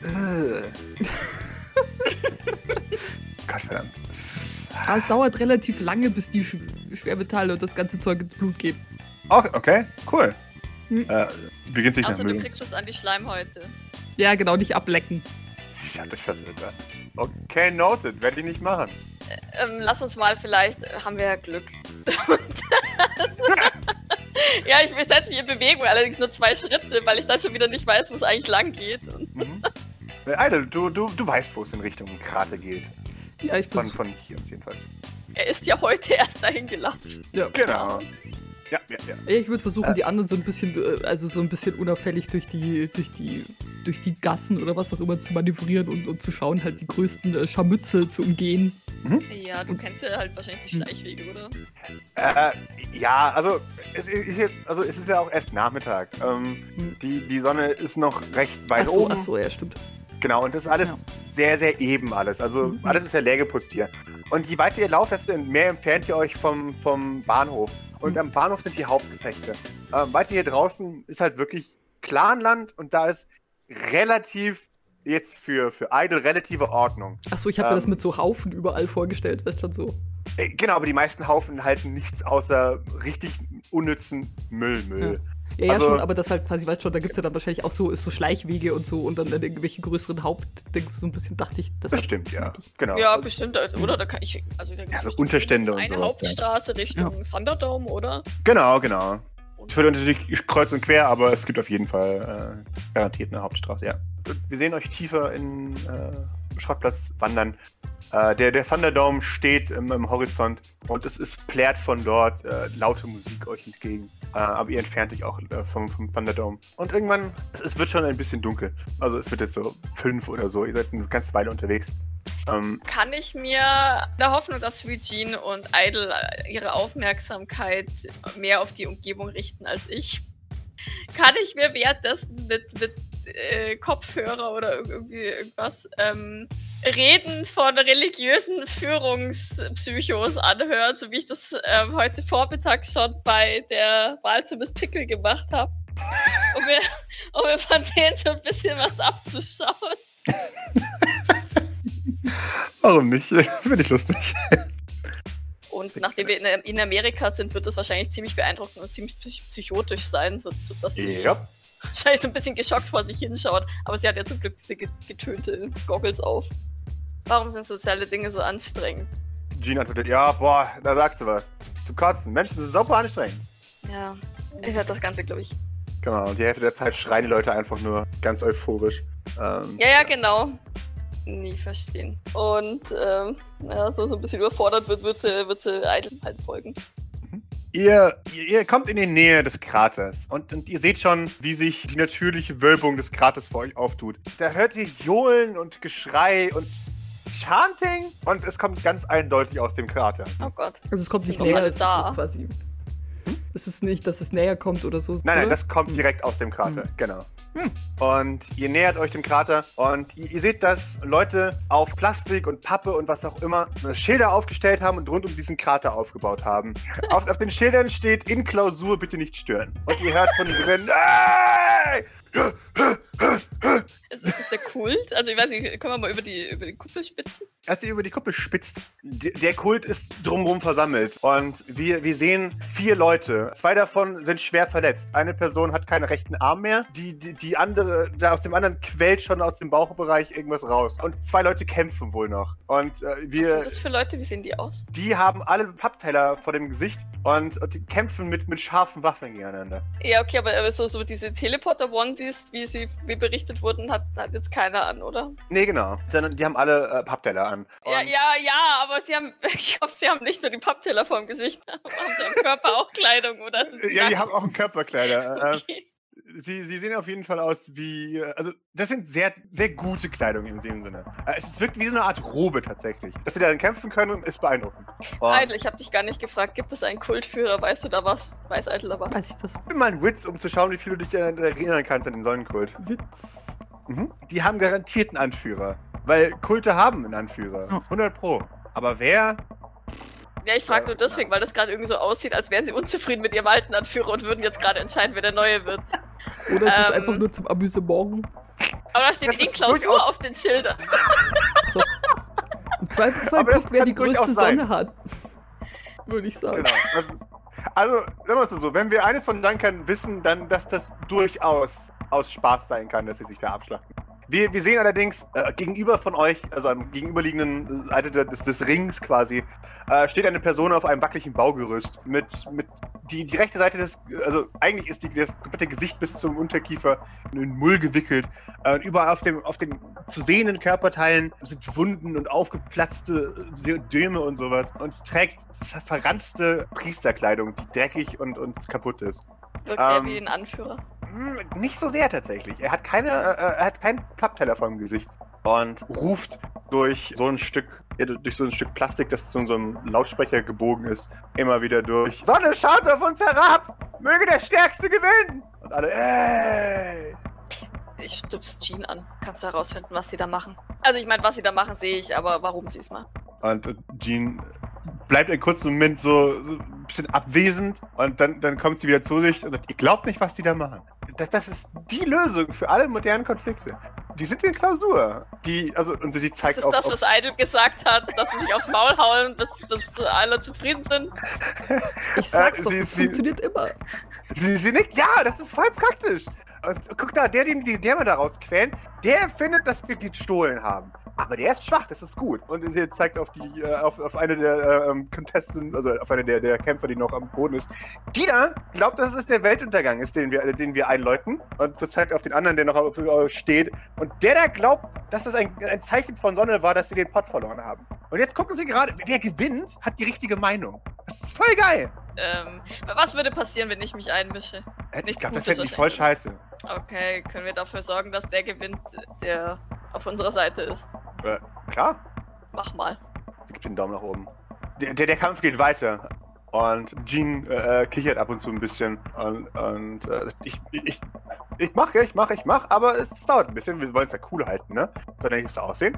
Zeug rum.
Äh. Gott verdammt. Das-
Aber es dauert relativ lange, bis die Sch Schwermetalle und das ganze Zeug ins Blut geht.
Okay, okay, cool.
Hm.
Äh, beginnt sich nach
außer du
Müll.
kriegst es an die Schleimhäute.
Ja, genau, nicht ablecken.
Ich hab dich verwirrt. ja. Okay, noted. Werde ich nicht machen.
Ähm, lass uns mal, vielleicht äh, haben wir ja Glück. ja, ich setze mich in Bewegung, allerdings nur zwei Schritte, weil ich dann schon wieder nicht weiß, wo es eigentlich lang geht. Und
Mhm. Äh, Idle, du, du, du weißt, wo es in Richtung Krater geht.
Ja, ich
Von,
versuch,
von hier aus jedenfalls.
er ist ja heute erst dahin gelaufen.
ja.
Genau. Ja, ja, ja.
Ja, ich würde versuchen,
Äh.
die anderen so ein bisschen, äh, also so ein bisschen unauffällig durch die, durch die, durch die Gassen oder was auch immer zu manövrieren und, und zu schauen, halt die größten äh, Scharmütze zu umgehen.
Ja, du kennst ja halt wahrscheinlich
Hm.
die Schleichwege, oder?
Äh, ja, also es, ist ja- also es ist ja auch erst Nachmittag. Ähm,
Hm.
die, die Sonne ist noch recht weit
achso,
oben.
achso, ja, stimmt.
Genau, und das ist alles sehr, sehr eben alles. Also
Mhm.
alles ist ja leer geputzt hier. Und je weiter ihr lauft, desto mehr entfernt ihr euch vom, vom Bahnhof. Und
Mhm.
am Bahnhof sind die Hauptgefechte. Ähm, weiter hier draußen ist halt wirklich Clanland und da ist relativ jetzt für, für Idle relative Ordnung.
Achso, ich habe mir das
Ähm.
mit so Haufen überall vorgestellt, weißt schon so.
Äh, Genau, aber die meisten Haufen halten nichts außer richtig unnützen Müllmüll.
Ja, ja,
Also-
schon, aber das halt quasi, weißt schon, da gibt es ja dann wahrscheinlich auch so, ist so Schleichwege und so und dann, dann irgendwelche größeren Hauptdings, so ein bisschen dachte ich, das hat-
Bestimmt, ja. Genau.
Ja, bestimmt, oder? Da kann ich, also, da
Ja, so Unterstände und
eine
sowas, ja.
Hauptstraße Richtung Thunderdome, oder?
Genau, genau. Ich würde natürlich kreuz und quer, aber es gibt auf jeden Fall äh, garantiert eine Hauptstraße, ja. Wir sehen euch tiefer in äh, Schrottplatz wandern. Äh, der, der Thunderdome steht im, im Horizont und es ist plärt von dort äh, laute Musik euch entgegen. Äh, aber ihr entfernt euch auch äh, vom, vom Thunderdome. Und irgendwann, es, es wird schon ein bisschen dunkel. Also es wird jetzt so fünf oder so. Ihr seid eine ganze Weile unterwegs. Ähm,
Kann ich mir in der Hoffnung, dass Eugene und Idle ihre Aufmerksamkeit mehr auf die Umgebung richten als ich, kann ich mir währenddessen mit, mit äh, Kopfhörer oder irg- irgendwie irgendwas ähm, Reden von religiösen Führungspsychos anhören, so wie ich das ähm, heute Vormittag schon bei der Wahl zu Miss Pickle gemacht habe. um, mir, um mir von denen so ein bisschen was abzuschauen.
warum nicht? Finde ich lustig.
Und nachdem wir in, in Amerika sind, wird das wahrscheinlich ziemlich beeindruckend und ziemlich psych- psychotisch sein, so, so dass sie
Ja.
wahrscheinlich so ein bisschen geschockt vor sich hinschaut. Aber sie hat ja zum Glück diese ge- getönte Goggles auf. Warum sind soziale Dinge so anstrengend?
Gene antwortet, ja, boah, da sagst du was. Zum Kotzen. Menschen sind super anstrengend.
Ja, ihr hört das Ganze, glaube ich.
Genau, und die Hälfte der Zeit schreien die Leute einfach nur ganz euphorisch. Ähm,
Ja, ja, genau. Nie verstehen. Und ähm, ja, so, so ein bisschen überfordert wird, wird sie, wird sie Idle halt folgen.
ihr, ihr, ihr kommt in die Nähe des Kraters und, und ihr seht schon, wie sich die natürliche Wölbung des Kraters vor euch auftut. Da hört ihr Johlen und Geschrei und Chanting und es kommt ganz eindeutig aus dem Krater.
Oh Gott.
Also es kommt
Sind
nicht
noch
näher,
alle
es ist,
da?
es ist quasi. Es ist nicht, dass es näher kommt oder so.
Nein, nein,
oder?
das kommt
Hm.
direkt aus dem Krater,
Hm.
genau.
Hm.
Und ihr nähert euch dem Krater und ihr, ihr seht, dass Leute auf Plastik und Pappe und was auch immer äh, Schilder aufgestellt haben und rund um diesen Krater aufgebaut haben. auf, auf den Schildern steht in Klausur bitte nicht stören. Und ihr hört von drinnen, "Ey!"
Ist, ist das der Kult? Also ich weiß nicht, können wir mal über die, über die Kuppel spitzen?
Als ihr über die Kuppel spitzt, d- der Kult ist drumherum versammelt. Und wir, wir sehen vier Leute. Zwei davon sind schwer verletzt. Eine Person hat keinen rechten Arm mehr. Die, die, die andere, da aus dem anderen quält schon aus dem Bauchbereich irgendwas raus. Und zwei Leute kämpfen wohl noch. Und äh,
Was
wir,
sind das für Leute? Wie sehen die aus?
die haben alle Pappteller vor dem Gesicht und, und die kämpfen mit, mit scharfen Waffen gegeneinander.
Ja, okay, aber, aber so, so diese Teleporter-Onesies, wie sie wie berichtet wurden, hat, hat jetzt keiner an, oder?
Nee, genau. Sondern die haben alle äh, Pappteller an.
ja,
Und-
ja, ja, aber sie haben, ich glaube, sie haben nicht nur die Pappteller vorm Gesicht, haben sie am Körper auch Kleidung, oder?
Ja, die haben auch einen Körperkleider. Äh,
Okay.
Sie, sie sehen auf jeden Fall aus wie. äh, Also, das sind sehr, sehr gute Kleidung in dem Sinne. Äh, Es wirkt wie so eine Art Robe tatsächlich. Dass sie darin kämpfen können, ist beeindruckend. Und
Eitel, ich habe dich gar nicht gefragt, gibt es einen Kultführer? Weißt du da was? Weiß Eitel da was?
Weiß ich das.
gib mir mal einen Witz, um zu schauen, wie viel du dich daran erinnern kannst an den Sonnenkult.
Witz.
Mhm. Die haben garantiert einen Anführer. Weil Kulte haben einen Anführer.
Ja.
100 Pro. Aber wer?
Ja, ich frage nur deswegen, weil das gerade irgendwie so aussieht, als wären sie unzufrieden mit ihrem alten Anführer und würden jetzt gerade entscheiden, wer der neue wird.
Oder es ist
Ähm.
einfach nur zum Amüsemorgen.
Aber da
Das
steht in
ist durchaus-
Klausur auf den Schildern.
So. Im Zweifelsfall
Aber das
guckt, wer
kann
die größte
durchaus sein.
Sonne hat. Würde ich sagen.
Genau. Also, sagen wir es so: Wenn wir eines von Dunkern wissen, dann, dass das durchaus aus Spaß sein kann, dass sie sich da abschlachten. Wir, wir sehen allerdings äh, gegenüber von euch, also am gegenüberliegenden Seite des, des Rings quasi, äh, steht eine Person auf einem wackeligen Baugerüst mit, mit die, die rechte Seite des, also eigentlich ist die, das komplette Gesicht bis zum Unterkiefer in Mull gewickelt. Äh, und überall auf dem, auf den zu sehenden Körperteilen sind Wunden und aufgeplatzte Döme und sowas. Und trägt z- verranzte Priesterkleidung, die dreckig und, und kaputt ist.
Wirkt er
Ähm.
wie ein Anführer.
Hm, nicht so sehr tatsächlich. Er hat keine, äh, er hat keinen Pappteller vor dem Gesicht. Und ruft durch so ein Stück, ja, durch so ein Stück Plastik, das zu so einem Lautsprecher gebogen ist, immer wieder durch. Sonne schaut auf uns herab! Möge der Stärkste gewinnen! Und alle, ey!
Ich stups Jean an. Kannst du herausfinden, was sie da machen? Also ich meine, was sie da machen, sehe ich, aber warum sie es machen.
Und Jean bleibt einen kurzen Moment so, so ein bisschen abwesend und dann, dann kommt sie wieder zu sich und sagt, ihr glaubt nicht, was die da machen. Das, das ist die Lösung für alle modernen Konflikte. Die sind in Klausur. Die, also, und sie, sie
Das
zeigt
ist
auf,
das,
auf
was Idle gesagt hat, dass sie sich aufs Maul hauen, bis, bis alle zufrieden sind.
Ich sag's
Äh,
doch,
sie-
das
sie-
funktioniert immer.
Sie, sie nickt, ja, das ist voll praktisch. Also, guck da, der, den die Dämme daraus quälen, der findet, dass wir die gestohlen haben. Aber der ist schwach, das ist gut. Und sie zeigt auf die, äh, auf, auf eine der äh, ähm, Contesten, also auf eine der, der Kämpfer, die noch am Boden ist. Die da glaubt, dass es der Weltuntergang ist, den wir, den wir einläuten. Und sie zeigt auf den anderen, der noch auf, auf steht. Und der da glaubt, dass es ein, ein Zeichen von Sonne war, dass sie den Pott verloren haben. Und jetzt gucken sie gerade, wer gewinnt, hat die richtige Meinung. Das ist voll geil.
Ähm, was würde passieren, wenn ich mich einmische?
Ich
Nichts
glaube, das
Gutes
fände ich voll
wahrscheinlich,
scheiße.
Okay, können wir dafür sorgen, dass der gewinnt, der auf unserer Seite ist?
Klar.
Mach mal.
Sie gibt den Daumen nach oben. Der, der, der Kampf geht weiter. Und Jean äh, äh, kichert ab und zu ein bisschen. Und, und äh, ich, ich, ich mach, ja, ich mach, ich mach, aber es, dauert ein bisschen. Wir wollen es ja cool halten, ne? Soll ja nicht so aussehen.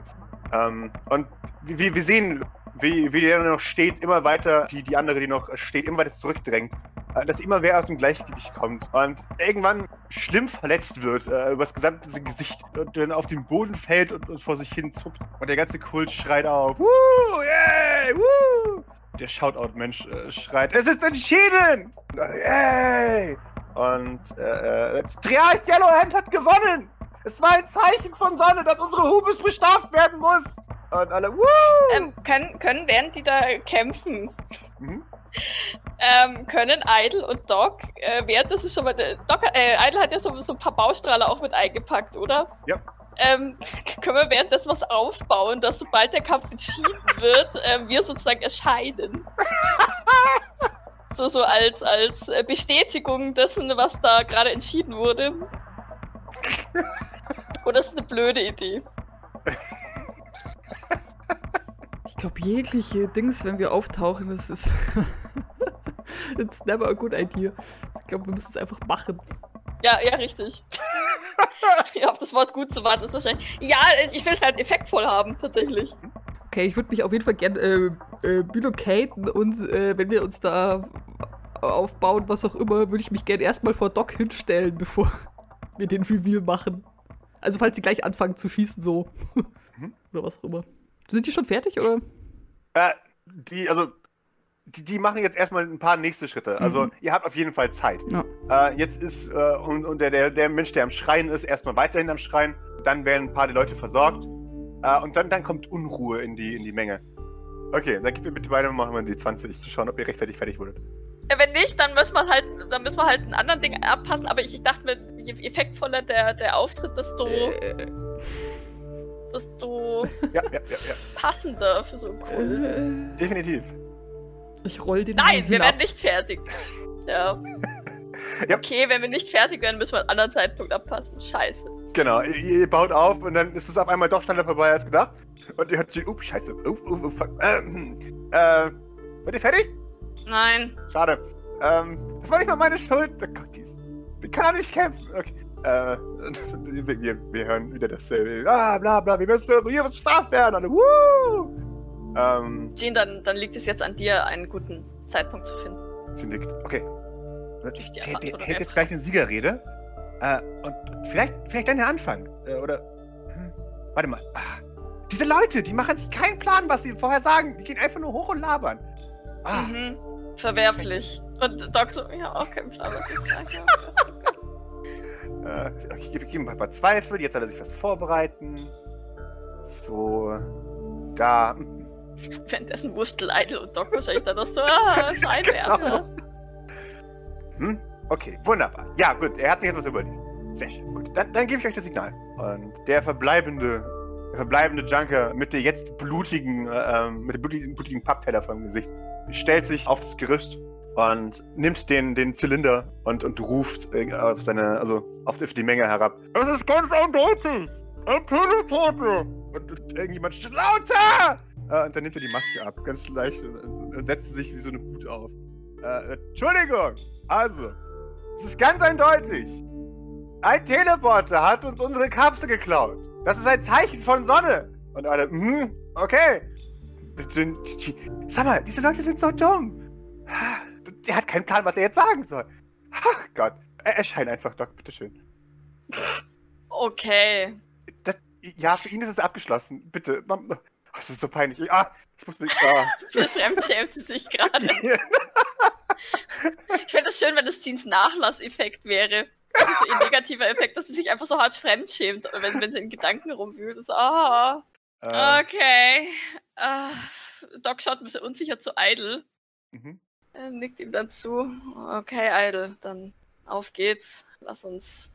Ähm, und wir- wir, wir sehen, wie, wie der noch steht, immer weiter, die, die andere, die noch steht, immer weiter zurückdrängt. Äh, Dass immer mehr aus dem Gleichgewicht kommt und irgendwann schlimm verletzt wird, äh, über das gesamte Gesicht und dann auf den Boden fällt und, und vor sich hin zuckt. Und der ganze Kult schreit auf. Woo! Yay! Woo! Der Shoutout-Mensch äh, schreit, es ist entschieden! Yay! Und äh, äh, Triarch Yellowhand hat gewonnen! Es war ein Zeichen von Sonne, dass unsere Hubis bestraft werden muss! Und alle, woo!
Ähm, können, können, während die da kämpfen,
Mhm.
ähm, können Idle und Doc, äh, während das ist schon mal, der- Doc, äh, Idle hat ja schon so ein paar Baustrahler auch mit eingepackt, oder?
Ja.
Ähm, können wir währenddessen was aufbauen, dass sobald der Kampf entschieden wird, ähm, wir sozusagen erscheinen? so, so als, als äh, Bestätigung dessen, was da gerade entschieden wurde. Oder ist das eine blöde Idee?
Ich glaube, jegliche Dings, wenn wir auftauchen, das ist. It's never a good idea. Ich glaube, wir müssen es einfach machen.
Ja, ja, richtig. Auf das Wort gut zu warten ist wahrscheinlich. Ja, ich will es halt effektvoll haben, tatsächlich.
Okay, ich würde mich auf jeden Fall gern äh, äh, relocaten und äh, wenn wir uns da aufbauen, was auch immer, würde ich mich gern erstmal vor Doc hinstellen, bevor wir den Reveal machen. Also falls sie gleich anfangen zu schießen, so.
Mhm.
Oder was auch immer. Sind die schon fertig, oder?
Äh, die, also, die, die machen jetzt erstmal ein paar nächste Schritte. Also,
Mhm.
ihr habt auf jeden Fall Zeit.
Ja.
Äh, jetzt ist, äh, und, und der, der, der Mensch, der am Schreien ist, erstmal weiterhin am Schreien. Dann werden ein paar der Leute versorgt. Äh, und dann, dann kommt Unruhe in die, in die Menge. Okay, dann gib mir bitte beide mal die 20, zu schauen, ob ihr rechtzeitig fertig wurdet.
Ja, wenn nicht, dann müssen wir halt, dann müssen wir halt einen anderen Ding abpassen. Aber ich, ich dachte mir, je effektvoller der, der Auftritt, desto,
Äh,
desto
Ja, ja, ja, ja.
passender für so einen Kult.
äh,
Definitiv.
ich roll den.
Nein, wir
hinab.
werden nicht fertig. Ja.
Ja.
Okay, wenn wir nicht fertig werden, müssen wir einen anderen Zeitpunkt abpassen. Scheiße.
Genau, ihr, ihr baut auf und dann ist es auf einmal doch schneller vorbei als gedacht. Und ihr hört, die- up, scheiße, up, up, up, fuck. Ähm, äh, seid ihr fertig?
Nein.
Schade. Ähm, das war nicht mal meine Schuld. Oh Gott, die ist. Ich kann auch nicht kämpfen. Okay. Äh, wir, wir- wir hören wieder dasselbe. Ah, bla, bla, wir müssen hier was bestraft werden. Alle, woo! Ähm,
Jean, dann, dann liegt es jetzt an dir, einen guten Zeitpunkt zu finden.
sie nickt. Okay.
Ich
Ich,
die
der, der
Verantwortung
hält jetzt gleich eine Siegerrede. Äh, und vielleicht, vielleicht dann der Anfang. Äh, oder. Hm, warte mal. Ah, diese Leute, die machen sich keinen Plan, was sie vorher sagen. Die gehen einfach nur hoch und labern. Ah,
Mhm. Verwerflich. Und Doc so, ja, okay, klar. Ja,
Äh, okay, wir geben ein paar Zweifel, jetzt hat er sich was vorbereiten. So, da.
Währenddessen Wurstel Idol und Doc wahrscheinlich dann noch so, ah, Scheinwerfer.
Hm? Okay, wunderbar. Ja, gut, er hat sich jetzt was überlegt. Sehr schön. Gut, dann, dann gebe ich euch das Signal. Und der verbleibende, der verbleibende Junker mit der jetzt blutigen, äh, ähm, mit dem blutigen, blutigen Pappteller vor dem Gesicht stellt sich auf das Gerüst und nimmt den, den Zylinder und, und ruft äh, auf seine, also auf die, auf die Menge herab. Es ist ganz eindeutig! Ein Teleporter! Und, und irgendjemand schreit, lauter! Äh, und dann nimmt er die Maske ab, ganz leicht, und, und setzt sich wie so eine Hut auf. Äh, Entschuldigung! Also, es ist ganz eindeutig. Ein Teleporter hat uns unsere Kapsel geklaut. Das ist ein Zeichen von Sonne. Und alle, mhm, hm, okay. Sag mal, diese Leute sind so dumm. Der hat keinen Plan, was er jetzt sagen soll. Ach Gott. Er- Erschein einfach, Doc, bitteschön.
Okay.
Das, ja, für ihn ist es abgeschlossen. Bitte. Mam- Oh, Es ist so peinlich. Ich- Ah, ich muss mich. Ah. Äh,
Viel fremdschämt sie sich gerade. Ich fände es schön, wenn das Jeans Nachlasseffekt wäre. Also so ihr negativer Effekt, dass sie sich einfach so hart fremdschämt, wenn, wenn sie in Gedanken rumwühlt. Das, ah,
Äh,
okay. Ah, Doc schaut ein bisschen unsicher zu Idle.
mhm.
Er nickt ihm dann zu. Okay, Idle, dann auf geht's. Lass uns.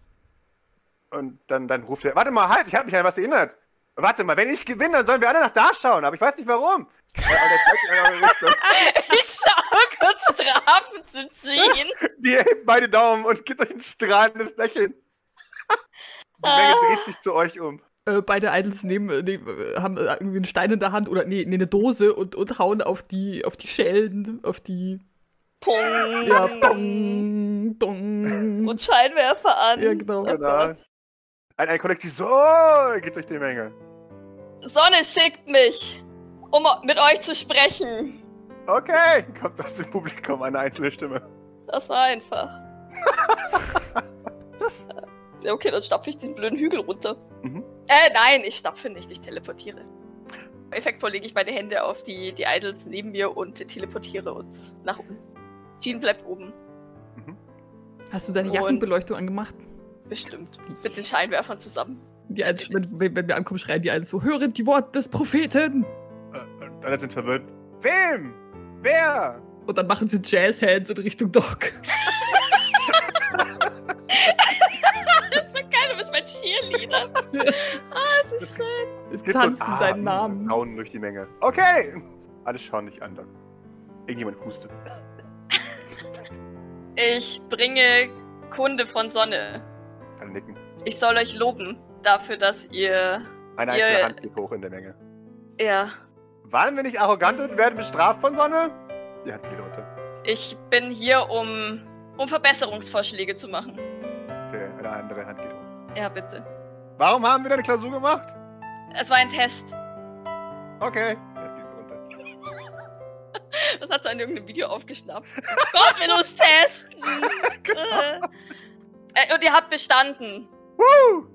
Und dann, dann ruft er. Warte mal, halt, ich habe mich an was erinnert. Warte mal, wenn ich gewinne, dann sollen wir alle nach da schauen, aber ich weiß nicht warum. Äh, und er zeigt in eine andere Richtung.
Ich schaue kurz strafend zu Jean.
Die hebt beide Daumen und gibt euch ein strahlendes Lächeln. Die Menge
Ah.
dreht sich zu euch um.
Äh, beide Idols nehmen, äh, nehmen, äh, haben äh, irgendwie einen Stein in der Hand oder nee, nee eine Dose und, und hauen auf die, auf die Schellen, auf die.
Pong.
Ja, dong, dong.
Und Scheinwerfer an.
ja, genau.
Ja.
Oh Gott.
Ein, ein Kollektiv so geht durch die Menge.
Sonne schickt mich, um mit euch zu sprechen.
Okay, kommt aus dem Publikum eine einzelne Stimme.
Das war einfach. ja, okay, dann stapfe ich diesen blöden Hügel runter.
Mhm.
Äh, nein, ich stapfe nicht, ich teleportiere. Effektvoll lege ich meine Hände auf die, die Idols neben mir und teleportiere uns nach oben. Jean bleibt oben,
Hast du deine
Und-
Jackenbeleuchtung angemacht?
bestimmt. Mit den Scheinwerfern zusammen.
Die einen, wenn, wenn, wenn wir ankommen, schreien die einen so: Höret die Worte des Propheten!
Äh, Und alle sind verwirrt. Wem? Wer?
Und dann machen sie Jazz-Hands in Richtung Doc.
Geil, du bist mein Cheerleader. ah, das ist schön.
Es
Geht
tanzen
ein
deinen
Ah, und
Namen.
Raunen durch die Menge. Okay! Alle schauen dich an, Doc. Irgendjemand hustet.
Ich bringe Kunde von Sonne.
Alle nicken.
Ich soll euch loben dafür, dass ihr...
Eine
Ihr-
einzelne Hand geht hoch in der Menge.
Ja,
Waren wir nicht arrogant und werden bestraft von Sonne? Die Hand geht runter.
ich bin hier, um, um Verbesserungsvorschläge zu machen.
Okay, eine andere Hand geht hoch.
Ja, bitte.
Warum haben wir deine Klausur gemacht?
Es war ein Test.
Okay. Die Hand geht runter.
Das hat sie in irgendeinem Video aufgeschnappt. Gott will uns testen! Äh, Und ihr habt bestanden.
Woo!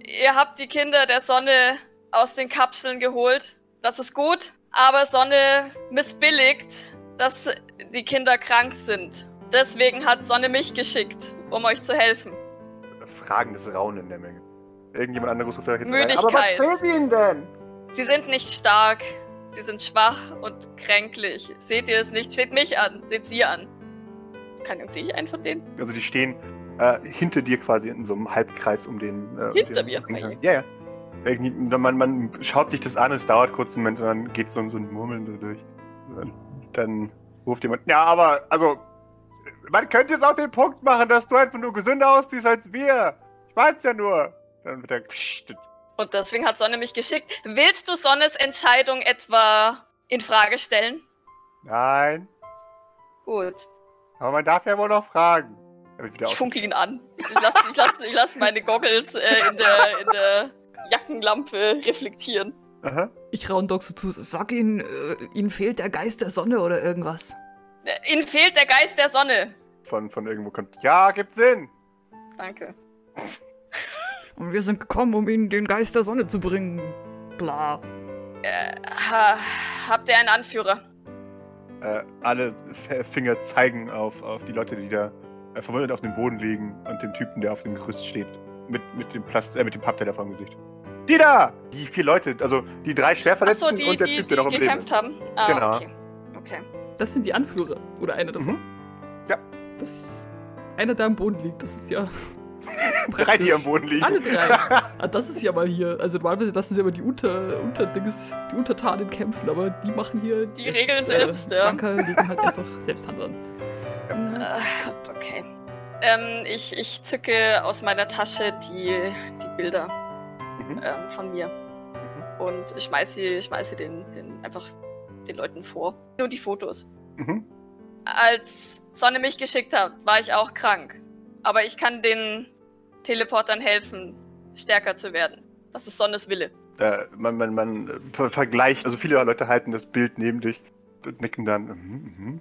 Ihr habt die Kinder der Sonne aus den Kapseln geholt. Das ist gut, aber Sonne missbilligt, dass die Kinder krank sind. Deswegen hat Sonne mich geschickt, um euch zu helfen.
Fragendes Raunen in der Menge. Irgendjemand anderes ruft da hinten
Müdigkeit.
Rein. Aber was fehlt ihnen denn?
Sie sind nicht stark. Sie sind schwach und kränklich. Seht ihr es nicht? Seht mich an. Seht sie an. Keine Ahnung, sehe ich einen von denen?
Also die stehen äh, hinter dir quasi in so einem halbkreis um den. Äh, um
Hinter
den
mir? Ah,
Eingang. Ja, ja. Irgendwie, man, man schaut sich das an, es dauert kurz einen Moment und dann geht so, ein- so ein Murmeln so durch. Und dann ruft jemand, ja, aber, also, man könnte jetzt auch den Punkt machen, dass du einfach nur gesünder aussiehst als wir. Ich weiß ja nur. Dann wird er, pssst,
Und deswegen hat Sonne mich geschickt. Willst du Sonnes Entscheidung etwa in Frage stellen?
nein,
Gut.
aber man darf ja wohl noch fragen. Er wird wieder
Ich
aus.
funkel ihn an. Ich lasse ich lass, ich lass meine Goggles äh, in, der, in der Jackenlampe reflektieren.
Aha.
Ich raun Doc so zu: Sag ihnen, äh, ihnen fehlt der Geist der Sonne oder irgendwas.
Äh, Ihnen fehlt der Geist der Sonne.
Von, von irgendwo kommt, ja, gibt Sinn.
Danke.
Und wir sind gekommen, um ihnen den Geist der Sonne zu bringen. Bla.
Ha, habt ihr einen Anführer?
Äh, alle F Finger zeigen auf, auf die Leute, die da äh, verwundert auf dem Boden liegen und dem Typen, der auf dem Gerüst steht. Mit, mit dem Plast äh, mit dem Pappteller vor dem Gesicht. Die da! Die vier Leute, also die drei Schwerverletzten
Achso, die,
und der
die,
Typ,
die
der noch im Leben
gekämpft
ist.
haben. Ah,
Genau.
okay. Okay.
Das sind die Anführer. Oder einer davon.
Mhm. Ja.
Das, einer, der am Boden liegt. Das ist ja.
Drei, die am Boden liegen.
Alle drei. Ah, das ist ja mal hier. Also normalerweise lassen sie immer die Unter, Unterdings, die Untertanen kämpfen, aber die machen hier
Die Regeln selbst, ja.
Danke, legen halt einfach selbst Hand an. Ja.
Äh, Okay. Ähm, ich, ich zücke aus meiner Tasche die, die Bilder
Mhm.
ähm, von mir und schmeiße sie, schmeiß sie den, den, einfach den Leuten vor. Nur die Fotos.
Mhm.
Als Sonne mich geschickt hat, war ich auch krank. Aber ich kann den Teleportern helfen, stärker zu werden. Das ist Sonnes Wille.
Äh, man, man, man äh, ver vergleicht, also viele Leute halten das Bild neben dich und nicken dann. Mhm,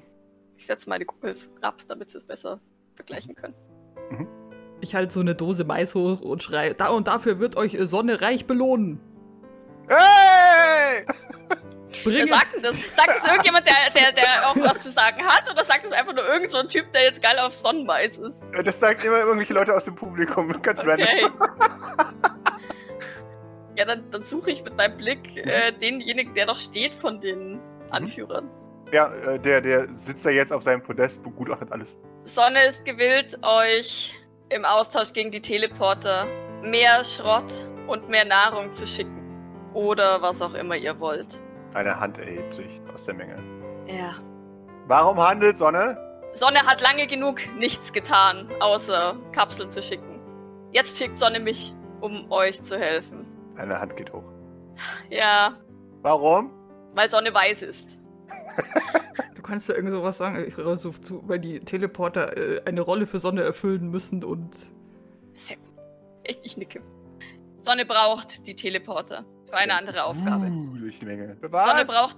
Ich setze meine Kugels ab, damit sie es besser vergleichen können.
Ich halte so eine Dose Mais hoch und schreie, da und dafür wird euch Sonne reich belohnen.
mhm. Hey!
Wer
Bringt
sagt denn das? Sagt das irgendjemand, der, der, der auch was zu sagen hat? Oder sagt das einfach nur irgend so ein Typ, der jetzt geil auf Sonnenmais ist?
Äh, Das sagen immer irgendwelche Leute aus dem Publikum, ganz random.
Okay. ja, dann, dann suche ich mit meinem Blick äh, denjenigen, der noch steht von den Anführern.
Ja, äh, der, der sitzt da jetzt auf seinem Podest, begutachtet alles.
Sonne ist gewillt, euch im Austausch gegen die Teleporter mehr Schrott und mehr Nahrung zu schicken. Oder was auch immer ihr wollt.
Eine Hand erhebt sich aus der Menge.
Ja.
Warum handelt Sonne?
Sonne hat lange genug nichts getan, außer Kapseln zu schicken. Jetzt schickt Sonne mich, um euch zu helfen.
Eine Hand geht hoch.
Ja,
Warum?
weil Sonne weiß ist.
Du kannst ja irgend sowas sagen, ich höre so zu, weil die Teleporter äh, eine Rolle für Sonne erfüllen müssen und
Sehr gut. Ich, ich nicke. Sonne braucht die Teleporter für eine andere
Hm,
Aufgabe.
Uh, durch die Menge. Für
Sonne braucht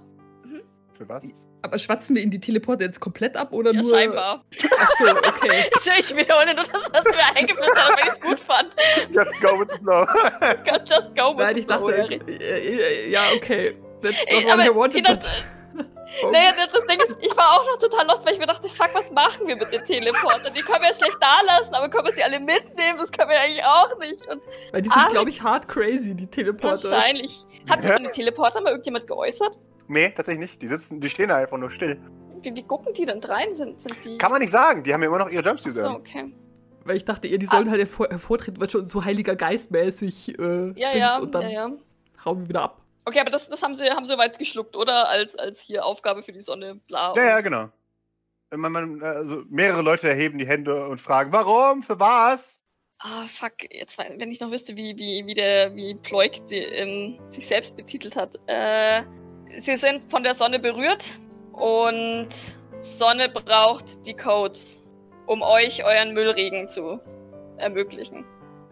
Für was?
Aber schwatzen wir ihn die Teleporter jetzt komplett ab oder
ja
nur?
scheinbar.
Achso, okay.
Ich, ich wiederhole nur das, was du mir eingeführt hast, weil ich es gut fand.
Just go with the flow.
God, just go with
Weil ich
the flow,
dachte,
Harry.
äh, äh, ja, okay. That's not what
Ey,
I
aber
wanted,
Tina,
but-
Naja, das, das Ding ist, ich war auch noch total lost, weil ich mir dachte, fuck, was machen wir mit den Teleportern? Die können wir ja schlecht da lassen, aber können wir sie alle mitnehmen? Das können wir ja eigentlich auch nicht. Und
Weil die sind,
Ari-
glaube ich, hard crazy, die Teleporter.
wahrscheinlich. Hat sich von den Teleportern mal irgendjemand geäußert?
nee, tatsächlich nicht. Die sitzen, die stehen da einfach nur still.
Wie, wie gucken die denn rein? Sind, sind die.
Kann man nicht sagen, die haben ja immer noch ihre Jumpsuits
so,
an.
okay.
Weil ich dachte, ihr, die
Ah.
sollen halt hervor, hervortreten, weil schon so heiliger Geistmäßig äh,
Ja,
Dings,
ja,
und dann
ja, ja.
hauen wir wieder ab.
Okay, aber das, das haben sie haben sie weit geschluckt, oder? Als, als hier Aufgabe für die Sonne, bla.
Ja, ja, genau. Man, man, also mehrere Leute erheben die Hände und fragen, warum, für was?
Ah, fuck, jetzt, wei- wenn ich noch wüsste, wie, wie, wie der, wie Ploik die, ähm, sich selbst betitelt hat. Äh, sie sind von der Sonne berührt und Sonne braucht die Codes, um euch euren Müllregen zu ermöglichen.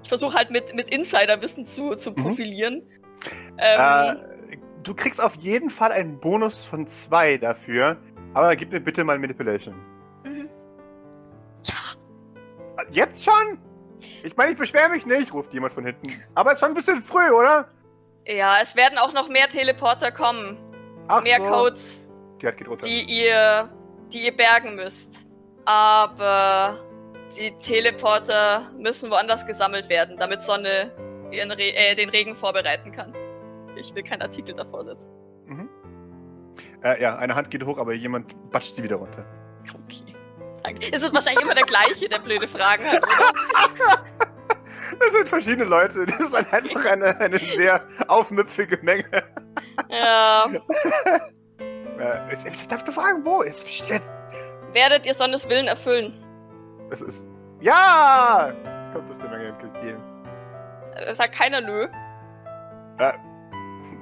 Ich versuche halt mit, mit Insiderwissen zu, zu profilieren. Ähm,
Mhm. Äh, du kriegst auf jeden Fall einen Bonus von zwei dafür, aber gib mir bitte mal Manipulation.
mhm.
Äh, Jetzt schon? Ich meine, ich beschwere mich nicht, ruft jemand von hinten. Aber ist schon ein bisschen früh, oder?
Ja, es werden auch noch mehr Teleporter kommen.
Ach
mehr
so.
Codes,
Die hat geht runter.
die ihr, die ihr bergen müsst. Aber die Teleporter müssen woanders gesammelt werden, damit Sonne ihren Re äh, den Regen vorbereiten kann. Ich will keinen Artikel davor setzen.
Mhm. Äh, ja, eine Hand geht hoch, aber jemand batscht sie wieder runter.
Okay. Danke. Es ist wahrscheinlich immer der gleiche, der blöde Fragen hat. Oder?
Das sind verschiedene Leute. Das ist dann einfach eine, eine sehr aufmüpfige Menge.
Ja.
Äh, es- ich darf nur fragen, wo? Es ist jetzt.
Werdet ihr Sonnes Willen erfüllen?
Es ist. Ja! Kommt aus der Menge entgegen.
Äh, Sagt keiner nö.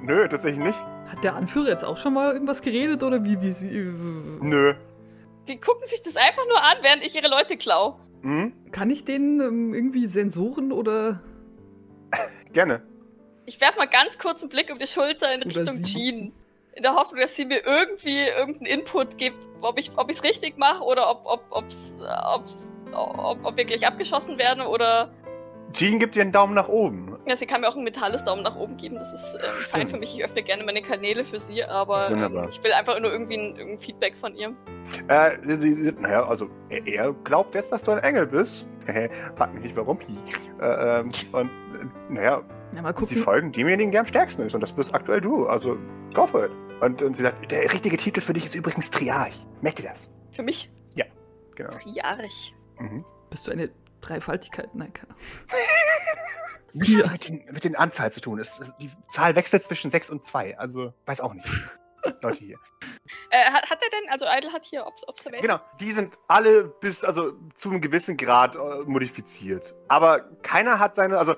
Nö, tatsächlich nicht.
Hat der Anführer jetzt auch schon mal irgendwas geredet oder wie? äh, wie, wie
Nö.
Die gucken sich das einfach nur an, während ich ihre Leute klau.
Mhm.
kann ich denen ähm, irgendwie Sensoren oder.
Gerne.
Ich werfe mal ganz kurz einen Blick über die Schulter in
Oder
Richtung
sie.
Jean. In der Hoffnung, dass sie mir irgendwie irgendeinen Input gibt, ob ich es richtig mache oder ob, ob, ob's, äh, ob's, ob, ob wir gleich abgeschossen werden oder.
Jean gibt dir einen Daumen nach oben.
Ja, sie kann mir auch ein metalles Daumen nach oben geben. Das ist ähm, fein für mich. Ich öffne gerne meine Kanäle für sie, aber ähm,
Wunderbar.
ich will einfach nur irgendwie ein, irgendein Feedback von ihr.
Äh, sie, sie, sie- naja, also er, er glaubt jetzt, dass du ein Engel bist. Frag mich nicht warum. Hi. Äh, ähm, und äh, naja,
Na, mal
Sie
gucken.
folgen demjenigen, der am stärksten ist. Und das bist aktuell du. Also, go for it. Und, und sie sagt, der richtige Titel für dich ist übrigens Triarch. Merk dir das.
Für mich
Genau.
triarch.
Mhm.
Bist du eine Dreifaltigkeit? Nein, keine Ahnung.
Nichts
Ja.
mit, den, mit den Anzahl zu tun. Es, es, die Zahl wechselt zwischen 6 und 2. Also, weiß auch nicht. Leute hier.
Äh, hat, hat er denn, also Idle hat hier Obs Observation?
Genau. Die sind alle bis, also zu einem gewissen Grad äh, modifiziert. Aber keiner hat seine, also, äh,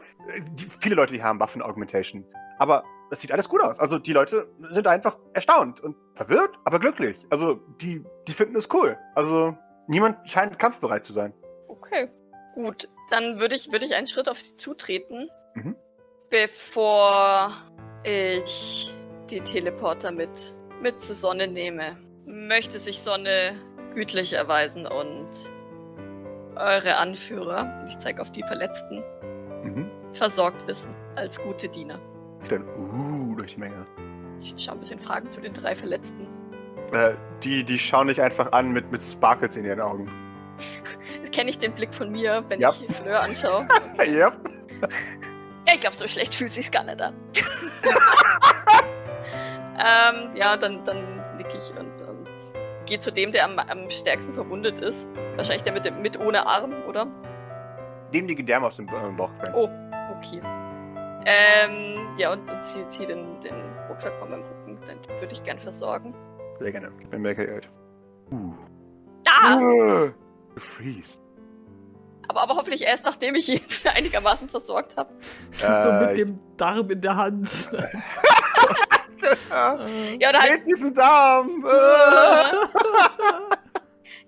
die, viele Leute, die haben Waffen Augmentation. Aber es sieht alles gut aus. Also, die Leute sind einfach erstaunt und verwirrt, aber glücklich. Also, die, die finden es cool. Also, niemand scheint kampfbereit zu sein.
Okay, gut. Dann würde ich, würde ich einen Schritt auf sie zutreten,
Mhm.
bevor ich die Teleporter mit, mit zur Sonne nehme. Möchte sich Sonne gütlich erweisen und eure Anführer, ich zeige auf die Verletzten,
Mhm.
versorgt wissen als gute Diener.
Dann, uh, durch die Menge.
Ich schaue ein bisschen Fragen zu den drei Verletzten.
Äh, die, die schauen dich einfach an mit, mit Sparkles in ihren Augen.
Kenne ich den Blick von mir, wenn
Ja.
ich Fleur anschaue?
Ja,
Ja, ich glaube, so schlecht fühlt sich's gar nicht an. ähm, ja, dann, dann nick ich und, und gehe zu dem, der am, am stärksten verwundet ist. Wahrscheinlich der mit, dem, mit ohne Arm, oder?
dem die Gedärme aus dem äh, Bauch brennen.
Oh. Okay. Ähm, ja, und, und zieh, zieh den, den Rucksack von meinem Rücken. Den würde ich gern versorgen.
Sehr gerne. Ich bin mega geirrt. Uh.
Da!
Äh, Du freest.
Aber, aber hoffentlich erst, nachdem ich ihn einigermaßen versorgt habe.
so
Äh,
mit dem Darm in der Hand.
Ah,
Äh,
Ja, oder halt,
Seht diesen Darm! Äh.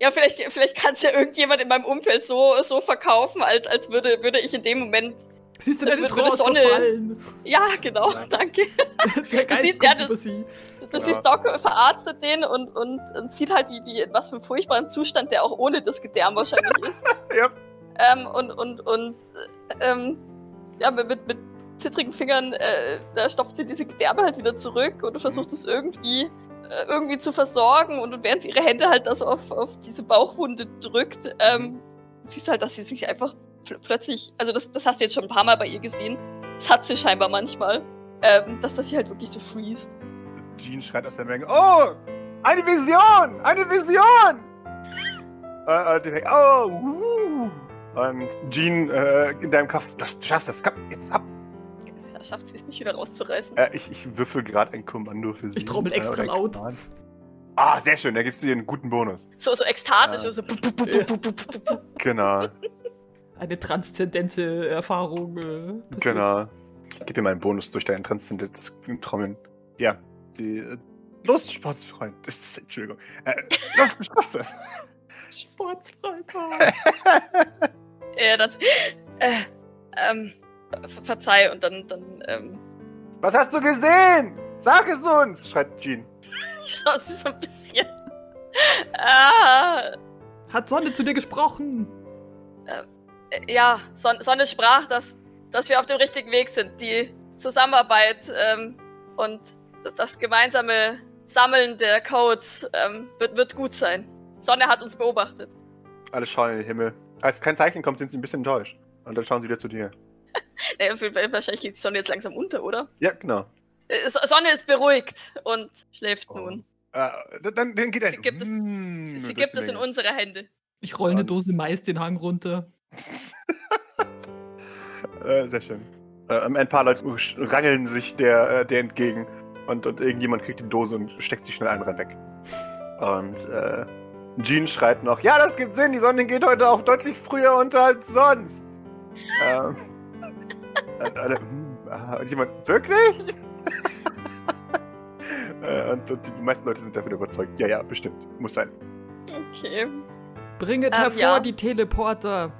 ja vielleicht, vielleicht kann es ja irgendjemand in meinem Umfeld so, so verkaufen, als, als würde, würde ich in dem Moment.
Siehst du
Das
deine
wird mit
Trance
der Sonne.
fallen?
Ja, genau,
Nein.
danke.
Der Geist
siehst-
kommt
ja, das-
über sie.
Du
Ja.
siehst, Doc verarztet den und, und, und sieht halt, wie, wie in was für einem furchtbaren Zustand der auch ohne das Gedärm wahrscheinlich ist.
Ja.
Ähm, und und, und äh, ähm, ja, mit, mit, mit zittrigen Fingern äh, da stopft sie diese Gedärme halt wieder zurück und versucht es irgendwie äh, irgendwie zu versorgen und, und während sie ihre Hände halt also auf, auf diese Bauchwunde drückt, ähm, siehst du halt, dass sie sich einfach pl plötzlich, also das, das hast du jetzt schon ein paar Mal bei ihr gesehen, das hat sie scheinbar manchmal, ähm, dass das sie halt wirklich so freest.
Jean schreit aus der Menge: Oh! Eine Vision! Eine Vision! äh, äh, direkt, oh! Uh. Und Jean äh, in deinem Kopf: das, Du schaffst das, komm, jetzt ab!
Ja, schafft sie es, mich wieder rauszureißen.
Äh, ich, ich würfel gerade ein Kommando für sie.
trommel extra
oder ein
laut.
Command. Ah, sehr schön, da gibst du dir einen guten Bonus.
So, so ekstatisch,
Ja.
so. bu- bu- bu-
Ja.
bu- bu- bu- bu- bu-
Genau,
Eine transzendente Erfahrung. Äh, passiert.
genau. Gib mir mal einen Bonus durch deinen transzendentes Trommeln. Ja, die. äh, Los, Sportsfreund. Das ist, Entschuldigung. Äh, los, du schaffst das.
Sportsfreitag.
Ja, das. Äh, ähm, ver verzeih und dann, dann, ähm,
Was hast du gesehen? Sag es uns, schreit Jean.
ich schau sie so ein bisschen. ah,
Hat Sonne zu dir gesprochen?
äh, ja, Son Sonne sprach, dass, dass wir auf dem richtigen Weg sind. Die Zusammenarbeit ähm, und das, das gemeinsame Sammeln der Codes ähm, wird, wird gut sein. Sonne hat uns beobachtet.
Alle schauen in den Himmel. Als kein Zeichen kommt, sind sie ein bisschen enttäuscht. Und dann schauen sie wieder zu dir.
Naja, wahrscheinlich geht die Sonne jetzt langsam unter, oder?
Ja, genau.
Äh, So- Sonne ist beruhigt und schläft
Oh.
nun.
Äh, dann, dann geht ein.
Sie gibt es-
Mm,
Sie, sie
durch
gibt
die
es in
Menge.
unsere Hände.
Ich roll eine
Dann-
Dose Mais den Hang runter.
äh, sehr schön. Äh, ein paar Leute sch- rangeln sich der, äh, der entgegen. Und, und irgendjemand kriegt die Dose und steckt sie schnell einen rein weg. Und äh, Jean schreit noch: Ja, das gibt Sinn, die Sonne geht heute auch deutlich früher unter als sonst. ähm, und, alle, hm, ah, und jemand: Wirklich? äh, und und die, die meisten Leute sind davon überzeugt: Ja, ja, bestimmt. Muss sein.
Okay.
Bringet
Ähm,
hervor
ja.
die Teleporter.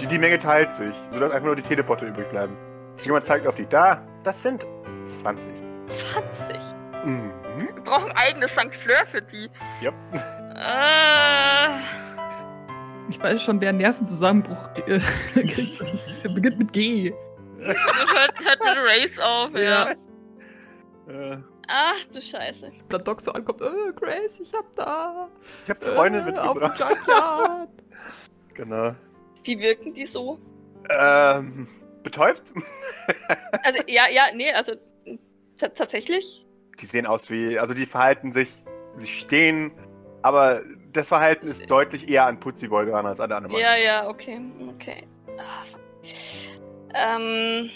Die, die Menge teilt sich, sodass einfach nur die Teleporter übrig bleiben. Jemand zeigt auf die. Da, das sind 20.
20.
Mhm.
Wir brauchen ein eigenes St. Fleur für die.
Ja.
Äh,
Ich weiß schon, wer einen Nervenzusammenbruch äh, kriegt. Das ist, beginnt mit G.
hört, hört mit Race auf, ja.
Äh,
Ach du Scheiße.
Dann Doc so ankommt, äh, Grace, ich hab da
ich habe
äh,
Freunde
auf dem
mitgebracht.
Junkyard.
Genau.
Wie wirken die so?
Ähm, betäubt?
Also, ja, ja, nee, also ta- tatsächlich.
Die sehen aus wie, also die verhalten sich, sie stehen, aber das Verhalten ist deutlich eher an Putziboy dran als an andere.
Ja, ja, okay. Okay. Ah, fuck. Ähm,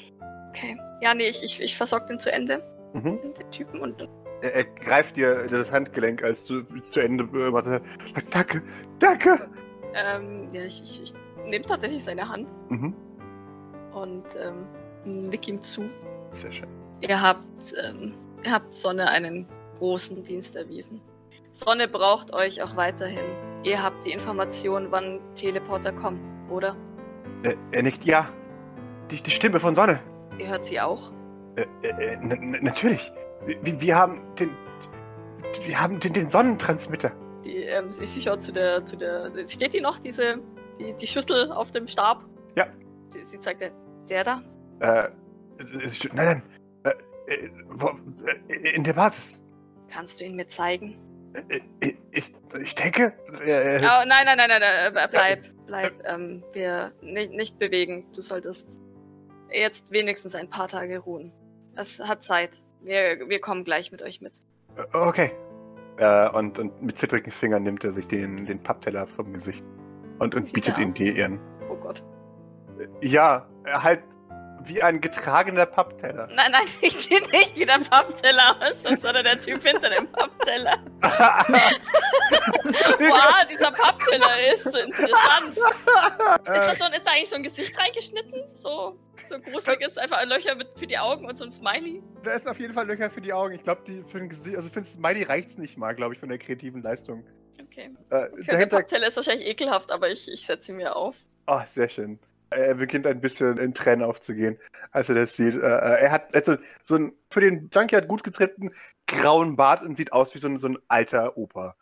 okay. Ja, nee, ich, ich, ich versorg den zu Ende,
Mhm.
den Typen, und
Er, er greift dir das Handgelenk, als du zu Ende äh, warte, sagt, Danke, danke.
ähm, ja, ich, ich, ich nehme tatsächlich seine Hand
Mhm.
und ähm, nick ihm zu.
Sehr schön.
Ihr habt, ähm, ihr habt Sonne einen großen Dienst erwiesen. Sonne braucht euch auch weiterhin. Ihr habt die Information, wann Teleporter kommen, oder?
Äh, Er, er nickt, ja. Die, die Stimme von Sonne.
Ihr hört sie auch.
Äh, äh, n- n- natürlich. Wir, wir haben den. Wir haben den, den Sonnentransmitter.
Die, ähm, sie sie schaut zu der, zu der. Steht die noch, diese, die, die Schüssel auf dem Stab?
Ja.
Sie, sie zeigt der, der da?
Äh, es- es- es- nein, nein. Äh, äh, wo, äh, in der Basis.
Kannst du ihn mir zeigen?
Äh, äh, ich, ich denke. Äh,
Oh, nein, nein, nein, nein, nein, äh, bleib, bleib. Ähm, wir nicht, nicht bewegen. Du solltest jetzt wenigstens ein paar Tage ruhen. Es hat Zeit. Wir, wir kommen gleich mit euch mit.
Okay. Äh, und, und mit zittrigen Fingern nimmt er sich den, den Pappteller vom Gesicht und, und
Sieht
bietet
er
ihn
aus?
dir ihren.
Oh Gott.
Ja, äh, halt wie ein getragener Pappteller.
Nein, nein, ich gehe nicht wie der Pappteller ausschaut, sondern der Typ hinter dem Pappteller. Wow, dieser Pappteller ist so interessant.
Äh,
Ist, das so, ein- ist da eigentlich so ein Gesicht reingeschnitten? So, so gruseliges, einfach Löcher mit, für die Augen und so ein Smiley?
Da ist auf jeden Fall Löcher für die Augen. Ich glaube, die für ein Gesicht, also für ein Smiley reicht's nicht mal, glaube ich, von der kreativen Leistung.
Okay.
Äh,
okay der
dahinter,
Pappteller ist wahrscheinlich ekelhaft, aber ich, ich setze ihn mir auf.
oh, sehr schön. Er beginnt ein bisschen in Tränen aufzugehen, als er das sieht. Äh, äh, er hat also so einen für den Junkyard gut getrippten grauen Bart und sieht aus wie so ein, so ein alter Opa.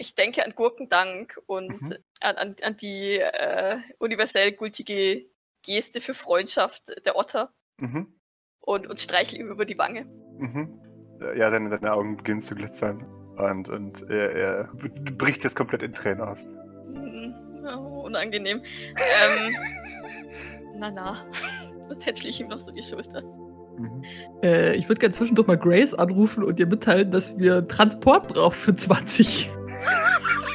Ich denke an Gurkendank und
Mhm.
an, an, an die äh, universell gültige Geste für Freundschaft der Otter
Mhm.
und, und streichle ihm über die Wange.
Mhm. Äh, Ja, seine, seine Augen beginnen zu glitzern. Und, und er, er b- bricht jetzt komplett in Tränen aus.
Mm, ja, unangenehm. ähm, na na, dann tätschle ich ihm noch so die Schulter.
Mhm.
Äh, ich würde gerne zwischendurch mal Grace anrufen und ihr mitteilen, dass wir Transport brauchen für 20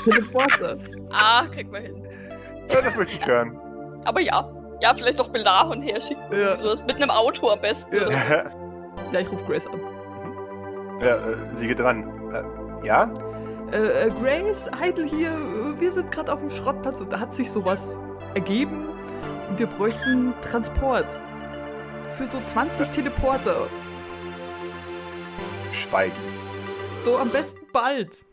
Teleporter.
Ah, kriegt man hin.
Ja, das möchte ich hören.
Aber ja. Ja, vielleicht doch mit Lahon herschicken.
Ja.
Ja. Sowas mit einem Auto am besten.
Ja.
ja,
Ja, ich rufe Grace an.
äh, sie geht dran. Äh, ja?
Äh, äh, Grace, Heidel hier, äh, wir sind gerade auf dem Schrottplatz und da hat sich sowas ergeben und wir bräuchten Transport. Für so 20 Teleporter.
Schweigen.
So am besten bald.